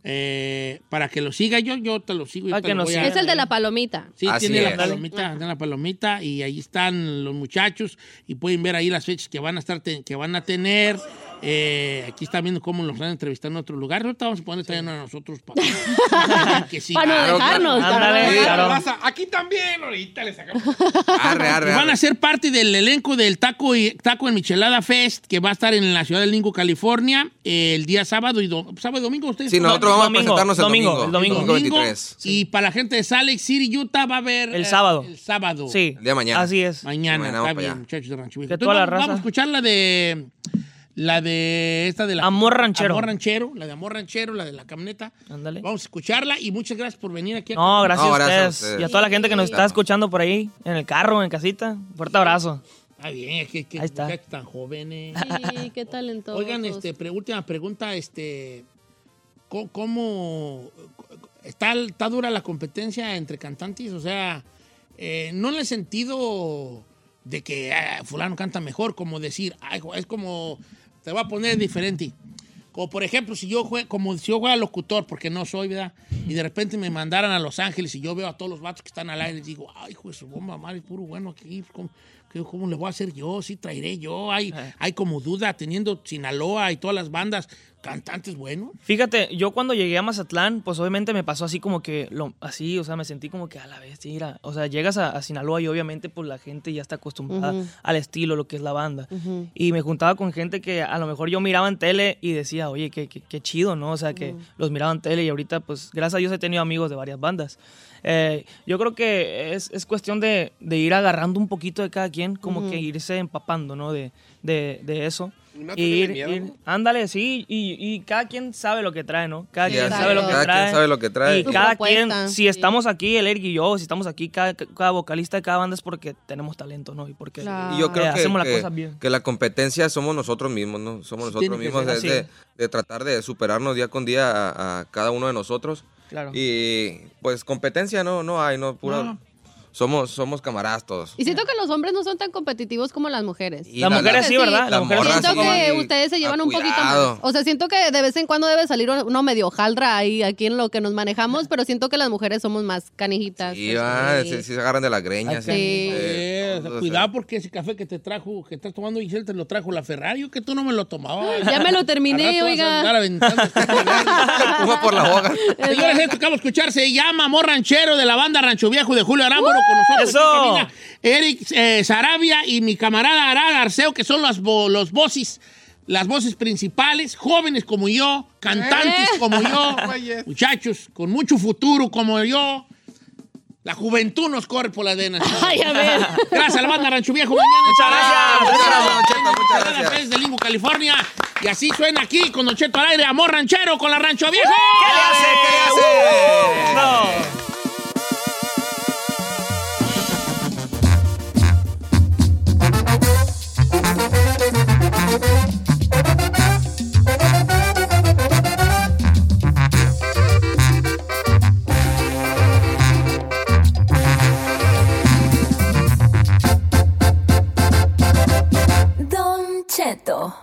S5: para que lo siga yo, yo te lo sigo. y
S12: Para
S5: te
S12: que
S5: lo
S12: nos
S5: voy a-
S4: Es el de la palomita.
S5: Sí,
S13: Así
S5: tiene la
S13: es.
S5: palomita, tiene la palomita y ahí están los muchachos y pueden ver ahí las fechas que van a estar te- que van a tener. Eh, aquí están viendo cómo los están entrevistando en otro lugar. Ahorita vamos a poner también a nosotros para que sí.
S4: Para no Claro, dejarnos, claro. para no Ándale, dejarnos. claro.
S5: Raza, Aquí también, ahorita les sacamos.
S13: Arre, arre,
S5: Y van
S13: arre.
S5: a ser parte del elenco del Taco, y, Taco en Michelada Fest, que va a estar en la ciudad del Lingo, California, eh, el día sábado y do- sábado y domingo. ¿ustedes
S13: Sí, nosotros vamos
S12: Domingo,
S13: a presentarnos el
S12: domingo,
S13: domingo.
S12: el domingo.
S5: Domingo,
S13: 23.
S5: Y para la gente de Salt Lake City, Utah, va a haber...
S12: El
S5: eh,
S12: sábado.
S5: El sábado.
S12: Sí.
S13: El día de mañana.
S12: Así es.
S5: Mañana,
S13: Mañana
S5: está
S13: vamos para
S5: bien,
S13: allá.
S5: muchachos de Rancho Viejo.
S12: Que
S5: Entonces,
S12: toda la
S5: vamos,
S12: raza.
S5: vamos a escuchar la de... La de esta de la...
S12: Amor ranchero.
S5: Amor ranchero, la de Amor ranchero, la de la camioneta.
S12: Ándale.
S5: Vamos a escucharla y muchas gracias por venir aquí. a
S12: No, gracias,
S13: No, gracias a
S12: a ustedes.
S13: ustedes.
S12: Y a toda la gente que nos está escuchando por ahí, en el carro, en casita. Fuerte abrazo.
S5: Está bien, es que, que
S12: Ahí está.
S5: muchachos tan jóvenes.
S4: Sí, qué talentoso.
S5: Oigan, este, pre- última pregunta, este, co- ¿cómo, está, está dura la competencia entre cantantes? O sea, eh, no en el sentido de que ah, fulano canta mejor, como decir, "Ay, jo- es como, te va a poner diferente. Como por ejemplo, si yo jue- como si yo fuera locutor, porque no soy, ¿verdad? Y de repente me mandaran a Los Ángeles y yo veo a todos los vatos que están al aire y digo, ay, hijo de su bomba madre, puro bueno aquí, ¿cómo, qué- cómo le voy a hacer yo? Sí, traeré yo. Hay, hay como duda teniendo Sinaloa y todas las bandas cantantes buenos.
S12: Fíjate, yo cuando llegué a Mazatlán, pues obviamente me pasó así como que, lo, así, o sea, me sentí como que a la bestia, mira, o sea, llegas a, a Sinaloa y obviamente pues la gente ya está acostumbrada
S4: Ujú.
S12: al estilo, lo que es la banda.
S4: Ujú.
S12: Y me juntaba con gente que a lo mejor yo miraba en tele y decía, oye, qué, qué, qué chido, ¿no? O sea, que los miraba en tele y ahorita, pues, gracias a Dios he tenido amigos de varias bandas. Eh, yo creo que es, es cuestión de, de ir agarrando un poquito de cada quien, como
S4: Ujú.
S12: que irse empapando, ¿no? De, de, de eso.
S3: ¿Y no
S12: Y
S3: tenerle
S12: ir-
S3: miedo,
S12: ir-
S3: no?
S12: ándale, sí, y, y cada quien sabe lo que trae, ¿no? Cada
S13: Sí,
S12: quien
S13: así
S12: sabe
S13: es.
S12: lo que
S13: Cada
S12: trae.
S13: quien sabe lo que trae.
S12: Y
S13: Su
S12: cada
S4: propuesta,
S12: quien, si
S4: sí.
S12: estamos aquí, el Eric y yo, si estamos aquí, cada, cada vocalista de cada banda es porque tenemos talento, ¿no? Y porque
S4: Claro.
S13: Y yo creo
S12: eh,
S13: que,
S12: hacemos las
S13: que-
S12: cosas bien.
S13: que la competencia somos nosotros mismos, ¿no? Somos
S5: tiene
S13: nosotros
S5: que
S13: mismos
S5: ser
S13: es
S12: así.
S13: de, de tratar de superarnos día con día a, a cada uno de nosotros.
S12: Claro.
S13: Y pues competencia no, no hay, no, pura.
S5: No.
S13: Somos, somos camaradas todos.
S4: Y siento que los hombres no son tan competitivos como las mujeres.
S13: Y
S12: Las
S13: la-
S12: mujeres
S13: la-
S12: sí, ¿verdad?
S13: las
S12: Las mujeres
S13: morras
S4: Siento
S13: sí
S4: que
S13: van
S4: ustedes se llevan
S13: a
S4: un poquito
S13: cuidado.
S4: más. O sea, siento que de vez en cuando debe salir uno medio jaldra ahí aquí en lo que nos manejamos, pero siento que las mujeres somos más canijitas.
S13: Sí, va,
S4: Sí.
S13: sí, sí ah, se agarran de las greñas.
S4: Sí.
S5: Eh, o sea,
S13: todo, o sea,
S5: cuidado porque ese café que te trajo, que estás tomando Giselle, te lo trajo la Ferrari, o que tú no me lo tomabas.
S4: Ya me lo terminé,
S5: Al rato vas a
S4: oiga.
S5: andar aventando este Ferrari.
S13: Fuma por la boca.
S5: Señores, esto que vamos a escuchar se llama Amor Ranchero de la banda Rancho Viejo de Julio Arámbaro con nosotros.
S12: ¡Eso!
S5: aquí en cabina, Eric eh, Sarabia y mi camarada Arad Arceo, que son las vo- los voces, las voces principales, jóvenes como yo, cantantes
S4: ¿Eh?
S5: como yo,
S3: Güeyes.
S5: muchachos con mucho futuro como yo. La juventud nos corre por la venas.
S4: Ay, a ver.
S5: Gracias a la banda Rancho Viejo. Mañana
S12: Muchas gracias.
S13: Muchas gracias, Don Cheto, muchas
S5: en las
S13: gracias.
S5: redes de Lingo, California. Y así suena aquí con Don Cheto al aire, amor ranchero con la Rancho Viejo.
S12: ¿Qué le hace? ¿Qué le hace? No.
S6: Don Cheto.